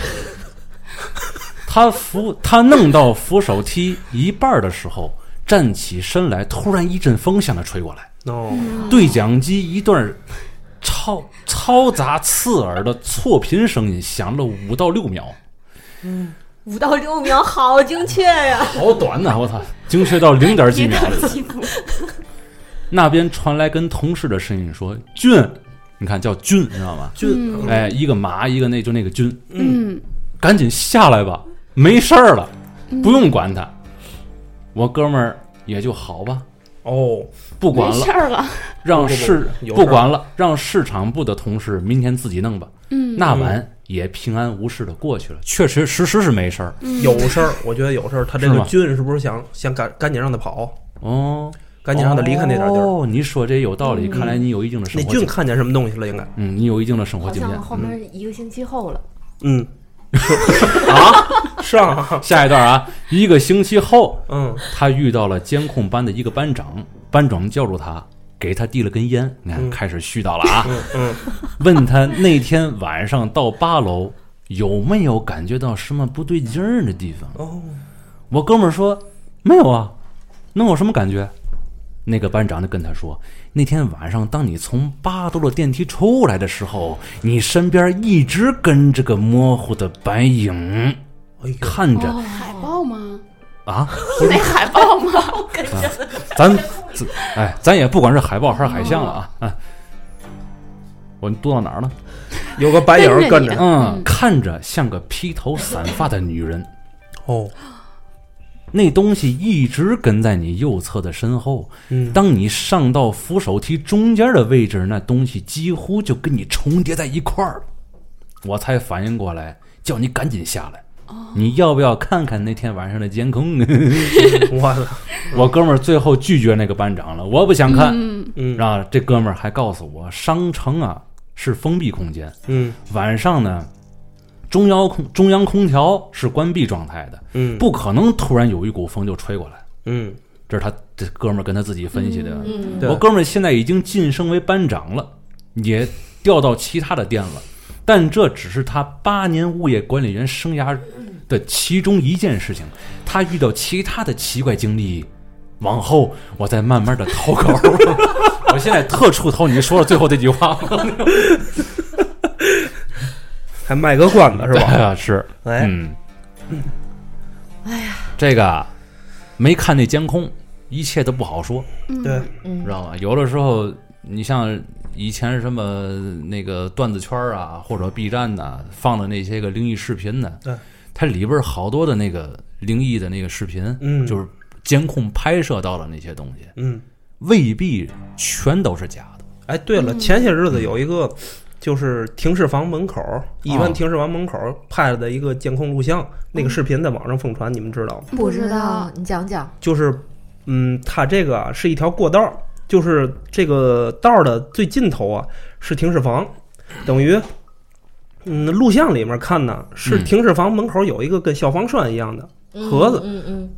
Speaker 2: 他扶他弄到扶手梯一半的时候，站起身来，突然一阵风向他吹过来。
Speaker 1: no，
Speaker 2: 对讲机一段超嘈杂刺耳的错频声音响了五到六秒，
Speaker 3: 五到六秒，好精确呀！
Speaker 2: 好短呐、我操，精确到零点几秒了。那边传来跟同事的声音说：“俊，你看叫俊，你知道吗？
Speaker 1: 俊，
Speaker 2: 哎，一个麻，一个那就那个俊，
Speaker 4: 嗯，
Speaker 2: 赶紧下来吧，没事儿了，不用管他。我哥们儿也就好吧，
Speaker 1: 哦，
Speaker 2: 不管
Speaker 4: 没
Speaker 2: 了
Speaker 4: 事，儿了。
Speaker 2: 让
Speaker 1: 不不
Speaker 2: 市
Speaker 1: 有事儿
Speaker 2: 不管了，让市场部的同事明天自己弄吧。
Speaker 4: 嗯，
Speaker 2: 那晚也平安无事的过去了，确实实实是没事儿。
Speaker 1: 有事儿，我觉得有事儿。他这
Speaker 2: 是
Speaker 1: 个
Speaker 2: 吗
Speaker 1: 俊是不是想想赶赶紧让他跑，
Speaker 2: 哦，
Speaker 1: 赶紧让他离开那点地儿？嗯
Speaker 2: 哦，你说这有道理，看来你有一定的
Speaker 1: 那
Speaker 2: 生活
Speaker 1: 俊
Speaker 2: 经，
Speaker 1: 看见什么东西了？应 该，
Speaker 2: 嗯，你有一定的生活
Speaker 3: 好
Speaker 2: 经验
Speaker 3: 像。后面一个星期后了，
Speaker 1: 嗯，啊， 是啊，
Speaker 2: 下一段啊，一个星期后，
Speaker 1: 嗯，
Speaker 2: 他遇到了监控班的一个班长，班长叫住他，给他递了根烟，你看
Speaker 1: 嗯
Speaker 2: 开始絮叨了啊，
Speaker 1: 嗯嗯
Speaker 2: 问他那天晚上到八楼有没有感觉到什么不对劲儿的地方。
Speaker 1: 哦，
Speaker 2: 我哥们儿说没有啊，能有什么感觉？那个班长就跟他说，那天晚上当你从八楼的电梯出来的时候，你身边一直跟着个模糊的白影，
Speaker 1: 哎呦，
Speaker 2: 看着、
Speaker 4: 哦海报吗？
Speaker 2: 啊，
Speaker 4: 是 那海报吗？
Speaker 2: 咱咱哎，咱也不管是海报还是海象了啊，哎，我读到哪儿了？
Speaker 1: 有个白影儿跟
Speaker 4: 跟
Speaker 1: 着
Speaker 4: 着你，
Speaker 2: 嗯，看着像个披头散发的女人，
Speaker 1: 哦，
Speaker 2: 那东西一直跟在你右侧的身后，
Speaker 1: 嗯，
Speaker 2: 当你上到扶手梯中间的位置，那东西几乎就跟你重叠在一块儿了。我才反应过来，叫你赶紧下来。你要不要看看那天晚上的监控？
Speaker 1: 我的，
Speaker 2: 我哥们儿最后拒绝那个班长了，我不想看。
Speaker 4: 嗯，
Speaker 1: 嗯
Speaker 2: 然后这哥们儿还告诉我，商城啊是封闭空间，
Speaker 1: 嗯
Speaker 2: 晚上呢中央空中央空调是关闭状态的，
Speaker 1: 嗯，
Speaker 2: 不可能突然有一股风就吹过来。
Speaker 1: 嗯，
Speaker 2: 这是他这哥们儿跟他自己分析的。
Speaker 3: 嗯
Speaker 1: 对
Speaker 2: 我哥们儿现在已经晋升为班长了，也调到其他的店了，但这只是他八年物业管理员生涯的其中一件事情。他遇到其他的奇怪经历，往后我再慢慢的投稿。 我现在特怵头，你说了最后这句话
Speaker 1: 还卖个关子是
Speaker 2: 是
Speaker 1: 吧？
Speaker 2: 吧？是，
Speaker 1: 哎，
Speaker 2: 嗯，哎呀，这个啊没看那监控，一切都不好说。
Speaker 4: 嗯
Speaker 1: 对，，
Speaker 3: 嗯
Speaker 2: 知，道吗？有的时候，你像以前什么那个段子圈儿啊，或者 B 站呐、放的那些个灵异视频呢，
Speaker 1: 对，
Speaker 2: 它里边儿好多的那个灵异的那个视频，
Speaker 1: 嗯
Speaker 2: 就是监控拍摄到了那些东西，
Speaker 1: 嗯，
Speaker 2: 未必全都是假的。
Speaker 1: 哎，对了，前些日子有一个。就是停尸房门口，一
Speaker 2: 啊
Speaker 1: 湾停尸房门口拍的一个监控录像，那个视频在网上疯传，你们知道吗？
Speaker 3: 不知道，你讲讲。
Speaker 1: 就是，嗯，它这个啊是一条过道儿，就是这个道儿的最尽头啊是停尸房，等于，嗯，录像里面看呢是
Speaker 2: 嗯
Speaker 1: 停尸房门口有一个跟消防栓一样的、盒子，
Speaker 3: 嗯嗯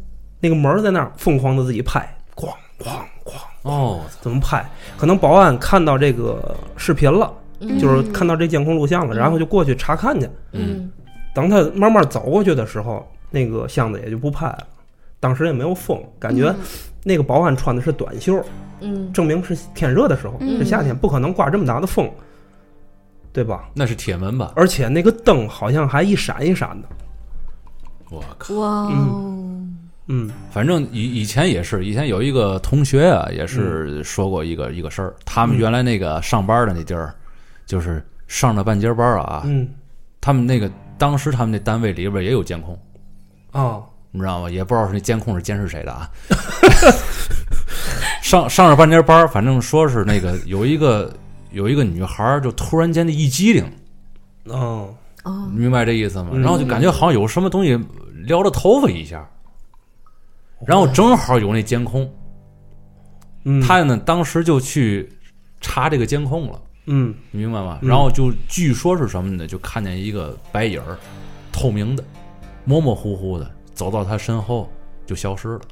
Speaker 1: 那个门儿在那儿疯狂的自己拍，咣咣咣，
Speaker 2: 哦，
Speaker 1: 怎么拍？可能保安看到这个视频了，
Speaker 3: 嗯
Speaker 1: 就是看到这监控录像了，
Speaker 3: 嗯
Speaker 1: 然后就过去查看去。
Speaker 2: 嗯
Speaker 3: 嗯，
Speaker 1: 等他慢慢走过去的时候，那个箱子也就不拍了。当时也没有风，感
Speaker 4: 嗯
Speaker 1: 觉那个保安穿的是短袖，
Speaker 3: 嗯，
Speaker 1: 证明是天热的时候，
Speaker 4: 嗯
Speaker 1: 是夏天，不可能刮这么大的风，对吧？
Speaker 2: 那是铁门吧？
Speaker 1: 而且那个灯好像还一闪一闪的，
Speaker 2: 我靠！
Speaker 3: 哇哦，
Speaker 1: 嗯
Speaker 2: 反正以以前也是，以前有一个同学啊，也是
Speaker 1: 嗯
Speaker 2: 说过一个、一个事儿。他们原来那个上班的那地儿，就是上了半截班啊，
Speaker 1: 嗯
Speaker 2: 他们那个当时他们那单位里边也有监控，
Speaker 1: 啊，
Speaker 2: 你知道吗？也不知道是那监控是监视谁 的啊。上上着半截班儿，反正说是那个有一个有一个女孩儿，就突然间的一激灵，
Speaker 1: 嗯
Speaker 3: 哦，
Speaker 2: 你明白这意思吗？
Speaker 1: 嗯
Speaker 2: 然后就感觉好像有什么东西撩了头发一下，然后正好有那监控，
Speaker 1: 嗯，
Speaker 2: 他呢当时就去查这个监控了，
Speaker 1: 嗯
Speaker 2: 你明白吗？
Speaker 1: 嗯
Speaker 2: 然后就据说是什么呢？就看见一个白影儿，透明的，模模糊糊的走到他身后就消失了。
Speaker 3: 嗯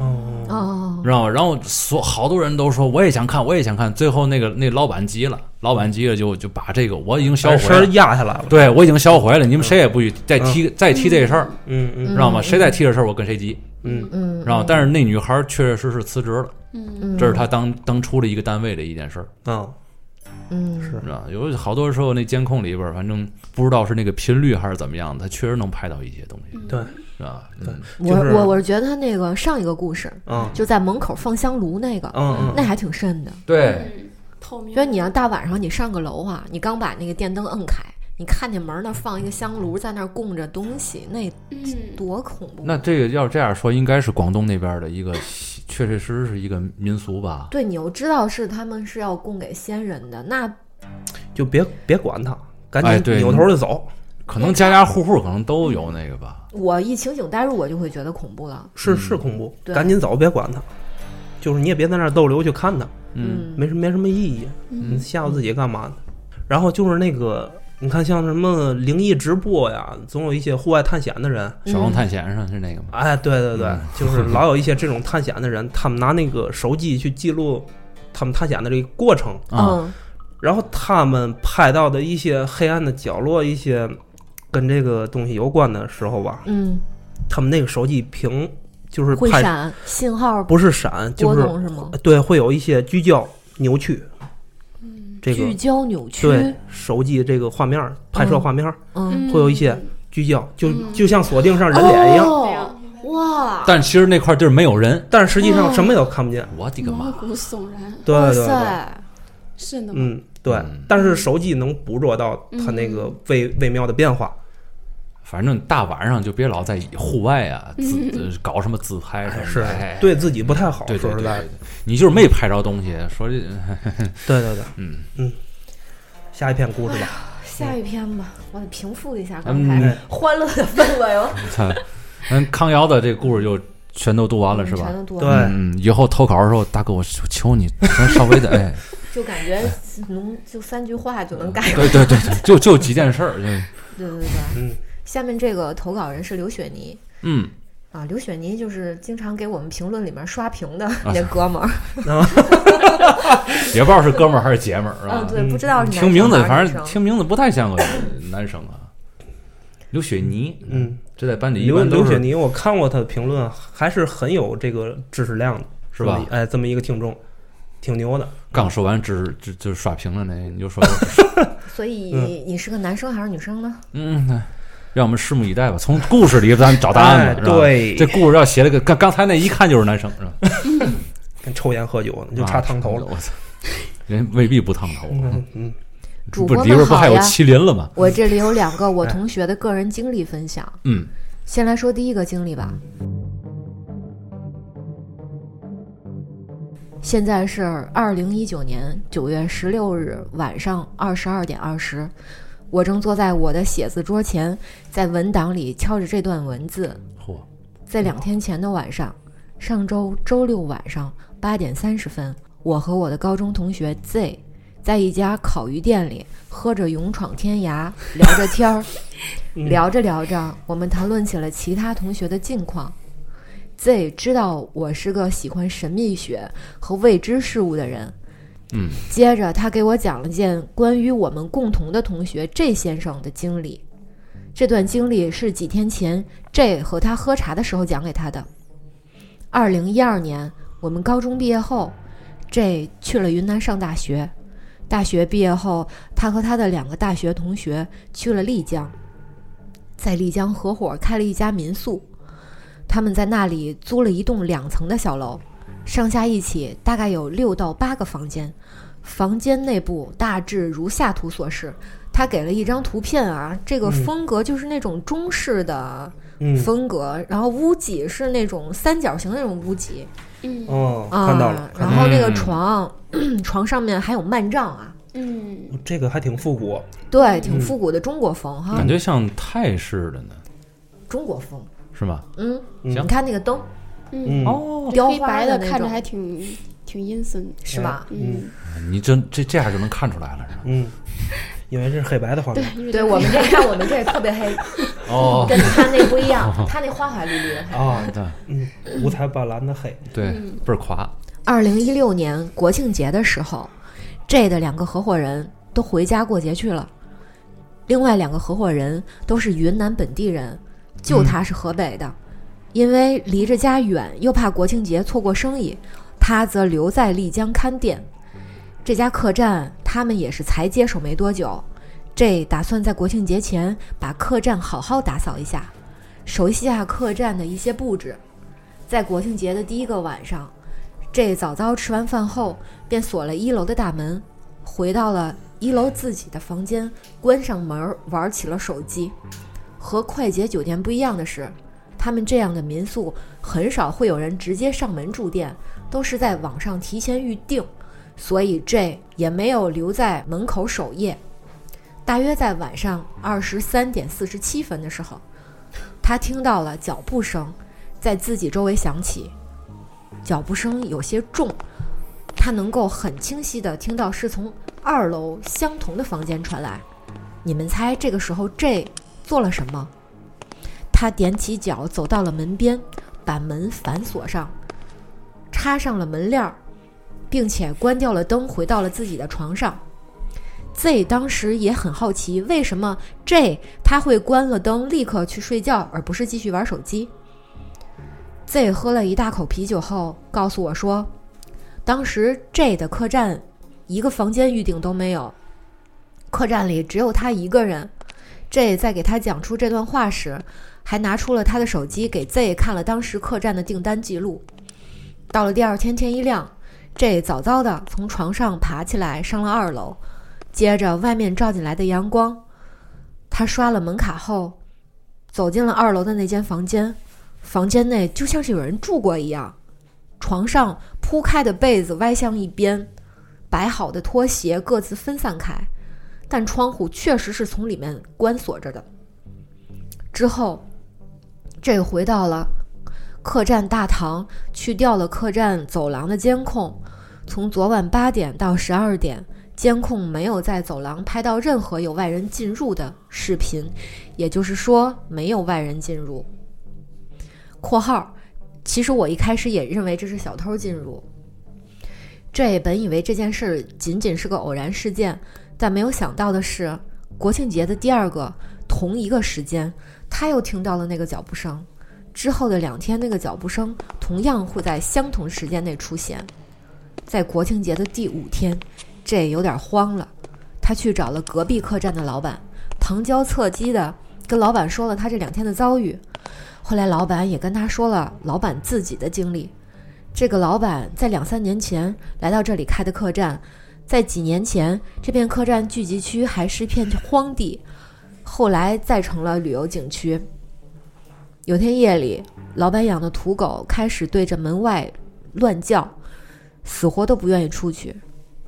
Speaker 1: 哦
Speaker 3: 哦，
Speaker 2: 知道吗？然后所好多人都说我也想看，我也想看。最后那个那老板急了，老板急了就就把这个我已经销
Speaker 1: 把
Speaker 2: 毁
Speaker 1: 声儿嗯
Speaker 2: 了，
Speaker 1: 压下来了，
Speaker 2: 对我已经销毁了，你们谁也不许再提、再提这事儿，
Speaker 1: 嗯
Speaker 2: 知
Speaker 1: 嗯
Speaker 2: 道吗？
Speaker 3: 嗯
Speaker 2: 谁再提这事儿，我跟谁急，
Speaker 1: 嗯
Speaker 3: 嗯，
Speaker 2: 知道吗？但是那女孩确确实实辞职了，
Speaker 4: 嗯
Speaker 3: 嗯
Speaker 2: 这是她当当初的一个单位的一件事儿，
Speaker 1: 啊，
Speaker 3: 嗯
Speaker 1: 是
Speaker 2: 知道吗？有好多时候那监控里边儿，反正不知道是那个频率还是怎么样，它确实能拍到一些东西，
Speaker 4: 嗯
Speaker 1: 对
Speaker 2: 是吧？
Speaker 1: 对
Speaker 2: 嗯
Speaker 3: 我
Speaker 1: 就是
Speaker 3: 我我是觉得他那个上一个故事
Speaker 1: 啊
Speaker 3: 就在门口放香炉那个，
Speaker 1: 嗯
Speaker 3: 那
Speaker 1: 嗯
Speaker 3: 还挺瘆的。
Speaker 2: 对，
Speaker 4: 嗯，透明
Speaker 3: 觉得你要大晚上你上个楼啊，你刚把那个电灯摁开，你看见门那儿放一个香炉，在那儿供着东西，那
Speaker 4: 嗯
Speaker 3: 多恐怖！
Speaker 2: 那这个要是这样说，应该是广东那边儿的一个，确确实实是一个民俗吧。
Speaker 3: 对你又知道是他们是要供给先人的，那
Speaker 1: 就别别管他，赶
Speaker 2: 哎
Speaker 1: 紧
Speaker 2: 对
Speaker 1: 扭头就走。
Speaker 2: 可能家家户户可能都有那个吧。
Speaker 3: 我一情景代入，我就会觉得恐怖了。
Speaker 1: 是是恐怖，
Speaker 3: 对
Speaker 1: 赶紧走，别管他。就是你也别在那儿逗留去看他，
Speaker 2: 嗯，
Speaker 1: 没什么没什么意义，你
Speaker 4: 嗯
Speaker 1: 吓唬自己干嘛呢？然后就是那个，你看像什么灵异直播呀，总有一些户外探险的人，
Speaker 3: 嗯
Speaker 2: 小龙探险上是那个吗？
Speaker 1: 哎，对对对
Speaker 2: 嗯，
Speaker 1: 就是老有一些这种探险的人，他们拿那个手机去记录他们探险的这个过程，
Speaker 2: 啊，
Speaker 3: 嗯
Speaker 1: 然后他们拍到的一些黑暗的角落，一些跟这个东西有关的时候吧，
Speaker 3: 嗯，
Speaker 1: 他们那个手机屏就是
Speaker 3: 会
Speaker 1: 拍
Speaker 3: 闪信号
Speaker 1: 不是闪，就
Speaker 3: 波
Speaker 1: 是
Speaker 3: 动是吗？
Speaker 1: 呃对，会有一些聚焦扭曲，这个
Speaker 3: 聚焦扭曲，
Speaker 1: 对手机这个画面儿拍摄
Speaker 3: 嗯
Speaker 1: 画面儿
Speaker 3: 嗯，
Speaker 1: 会有一些聚焦，就
Speaker 4: 嗯
Speaker 1: 就像锁定上人脸一样，
Speaker 4: 这
Speaker 3: 哦
Speaker 4: 样
Speaker 3: 哇，
Speaker 2: 但其实那块地儿没有人。
Speaker 1: 但是实际上什么也看不见。
Speaker 2: 我的个
Speaker 4: 毛
Speaker 2: 妈！
Speaker 4: 骨悚然，
Speaker 1: 对
Speaker 3: 哇
Speaker 1: 对对，
Speaker 3: 哦塞，
Speaker 4: 是的吗？
Speaker 1: 嗯对
Speaker 2: 嗯，
Speaker 1: 但是手机能捕捉到它那个微微妙的变化。
Speaker 2: 反正大晚上就别老在户外啊，自呃搞什么自拍什么的。
Speaker 1: 是
Speaker 2: 哎
Speaker 1: 对自己不太好，
Speaker 2: 对对
Speaker 1: 说
Speaker 2: 对
Speaker 1: 实在
Speaker 2: 对
Speaker 1: 的，，
Speaker 2: 你就是没拍着东西。说这
Speaker 1: 对对对，
Speaker 2: 嗯哎
Speaker 1: 嗯，下一篇故事吧，
Speaker 3: 下一篇吧，我得平复一下刚
Speaker 2: 嗯
Speaker 3: 才欢乐的氛围哦了，
Speaker 2: 操， 嗯，康瑶的这故事就全都读完了是吧
Speaker 3: 全？都多
Speaker 1: 对
Speaker 3: 了，
Speaker 2: 嗯，以后投稿的时候，大哥，我求求你， 咱稍微的，哎，
Speaker 3: 就感觉能就三句话就能概括。
Speaker 2: 对对对对，就就几件事儿，就
Speaker 3: 对对对，
Speaker 1: 嗯
Speaker 3: 下面这个投稿人是刘雪妮。
Speaker 2: 嗯，
Speaker 3: 啊，刘雪妮就是经常给我们评论里面刷屏的
Speaker 2: 啊
Speaker 3: 那哥们儿，
Speaker 2: 也不知道是哥们儿还是姐们儿，是
Speaker 3: 嗯，？
Speaker 2: 吧
Speaker 3: 对，不知道是男
Speaker 2: 听名字
Speaker 3: 生，还
Speaker 2: 反
Speaker 3: 是女
Speaker 2: 正
Speaker 3: 生
Speaker 2: 听名字不太像个 男生啊。刘雪妮，
Speaker 1: 嗯，
Speaker 2: 这在班里一
Speaker 1: 刘
Speaker 2: 般都
Speaker 1: 刘雪
Speaker 2: 是
Speaker 1: 妮，我看过她的评论，还是很有这个知识量的，
Speaker 2: 是吧
Speaker 1: 这么一哎，这么一个听众，挺牛的。
Speaker 2: 刚说完只只就是刷屏了那，你就说，
Speaker 3: 所以
Speaker 1: 嗯
Speaker 3: 你是个男生还是女生呢？
Speaker 2: 嗯，那让我们拭目以待吧。从故事里咱们找答案
Speaker 1: 哎
Speaker 2: 吧，是吧？
Speaker 1: 对，
Speaker 2: 这故事要写了个刚刚才那一看就是男生，是吧？
Speaker 1: 跟抽烟喝酒呢，就差烫头了。
Speaker 2: 啊我操，人未必不烫头，
Speaker 1: 嗯嗯，
Speaker 3: 主
Speaker 2: 不
Speaker 3: 播
Speaker 2: 里边
Speaker 3: 们
Speaker 2: 不
Speaker 3: 好
Speaker 2: 还有
Speaker 3: 呀，
Speaker 2: 麒麟了吗？
Speaker 3: 我这里有两个我
Speaker 1: 哎
Speaker 3: 同学的个人经历分享，
Speaker 2: 嗯，
Speaker 3: 先来说第一个经历吧。现在是二零一九年九月十六日晚上二十二点二十，我正坐在我的写字桌前，在文档里敲着这段文字。
Speaker 2: 嚯，
Speaker 3: 在两天前的晚上，上周周六晚上八点三十分，我和我的高中同学 Z 在一家烤鱼店里喝着《勇闯天涯》，聊着天儿，
Speaker 1: 嗯
Speaker 3: 聊着聊着，我们谈论起了其他同学的近况。Z 知道我是个喜欢神秘学和未知事物的人，
Speaker 2: 嗯，
Speaker 3: 接着他给我讲了件关于我们共同的同学 J 先生的经历。这段经历是几天前 J 和他喝茶的时候讲给他的。二零一二年我们高中毕业后，J 去了云南上大学。大学毕业后，他和他的两个大学同学去了丽江，在丽江合伙开了一家民宿。他们在那里租了一栋两层的小楼，上下一起大概有六到八个房间。房间内部大致如下图所示。他给了一张图片啊，这个
Speaker 1: 嗯
Speaker 3: 风格就是那种中式的
Speaker 1: 嗯，
Speaker 3: 风格，然后屋脊是那种三角形的那种屋脊
Speaker 4: 嗯
Speaker 1: 哦，
Speaker 3: 啊，
Speaker 1: 看到了，看
Speaker 3: 然
Speaker 1: 到了，
Speaker 3: 后那个
Speaker 2: 嗯
Speaker 3: 床， 床上面还有幔帐啊，
Speaker 4: 嗯，
Speaker 1: 这个还挺复古，
Speaker 3: 对，
Speaker 1: 嗯
Speaker 3: 挺复古的中国风哈，
Speaker 2: 感觉像泰式的呢，
Speaker 3: 中国风。
Speaker 2: 是吧？
Speaker 3: 嗯，
Speaker 1: 嗯
Speaker 3: 你看那个灯
Speaker 4: 嗯，
Speaker 1: 嗯，
Speaker 2: 哦，
Speaker 3: 雕
Speaker 4: 黑
Speaker 3: 花
Speaker 4: 白的
Speaker 3: 那
Speaker 4: 看着
Speaker 3: 种
Speaker 4: 还挺挺阴森的。
Speaker 3: 是吧？
Speaker 1: 嗯
Speaker 4: 嗯，
Speaker 2: 啊你真这这样就能看出来了，是吧？
Speaker 1: 嗯，因为这是黑白的画
Speaker 4: 对
Speaker 1: 面，，
Speaker 4: 因为
Speaker 3: 对
Speaker 4: 这
Speaker 3: 我们这 看我们这特别黑，
Speaker 2: 哦，
Speaker 3: 跟他那不 一样，他那花花绿绿的。
Speaker 1: 啊，
Speaker 2: 对
Speaker 1: 嗯，五彩斑斓的黑，
Speaker 2: 对，倍儿垮，
Speaker 3: 二零一六年国庆节的时候，J 的两个合伙人都回家过节去了，另外两个合伙人都是云南本地人，就他是河北的，因为离着家远，又怕国庆节错过生意，他则留在丽江看店。这家客栈他们也是才接手没多久，J 打算在国庆节前把客栈好好打扫一下，熟悉一下客栈的一些布置。在国庆节的第一个晚上，这早早吃完饭后，便锁了一楼的大门，回到了一楼自己的房间，关上门儿玩起了手机。和快捷酒店不一样的是，他们这样的民宿很少会有人直接上门住店，都是在网上提前预定，所以 J 也没有留在门口守夜。大约在晚上二十三点四十七分的时候，他听到了脚步声在自己周围响起，脚步声有些重，他能够很清晰地听到是从二楼相同的房间传来。你们猜这个时候 J 做了什么？他踮起脚走到了门边，把门反锁上，插上了门链儿，并且关掉了灯，回到了自己的床上。Z 当时也很好奇，为什么 J 他会关了灯立刻去睡觉，而不是继续玩手机？Z 喝了一大口啤酒后，告诉我说，当时 J 的客栈一个房间预定都没有，客栈里只有他一个人。J 在给他讲出这段话时，还拿出了他的手机给 Z 看了当时客栈的订单记录。到了第二天天一亮，J 早早的从床上爬起来，上了二楼，接着外面照进来的阳光，他刷了门卡后，走进了二楼的那间房间。房间内就像是有人住过一样，床上铺开的被子歪向一边，摆好的拖鞋各自分散开，但窗户确实是从里面关锁着的。之后，这回到了客栈大堂，去掉了客栈走廊的监控，从昨晚八点到十二点。监控没有在走廊拍到任何有外人进入的视频，也就是说没有外人进入。（括号）其实我一开始也认为这是小偷进入。这本以为这件事仅仅是个偶然事件，但没有想到的是，国庆节的第二个同一个时间，他又听到了那个脚步声。之后的两天，那个脚步声同样会在相同时间内出现。在国庆节的第五天，这有点慌了，他去找了隔壁客栈的老板，旁敲侧击的跟老板说了他这两天的遭遇。后来老板也跟他说了老板自己的经历。这个老板在两三年前来到这里开的客栈，在几年前这片客栈聚集区还是片荒地，后来再成了旅游景区。有天夜里，老板养的土狗开始对着门外乱叫，死活都不愿意出去。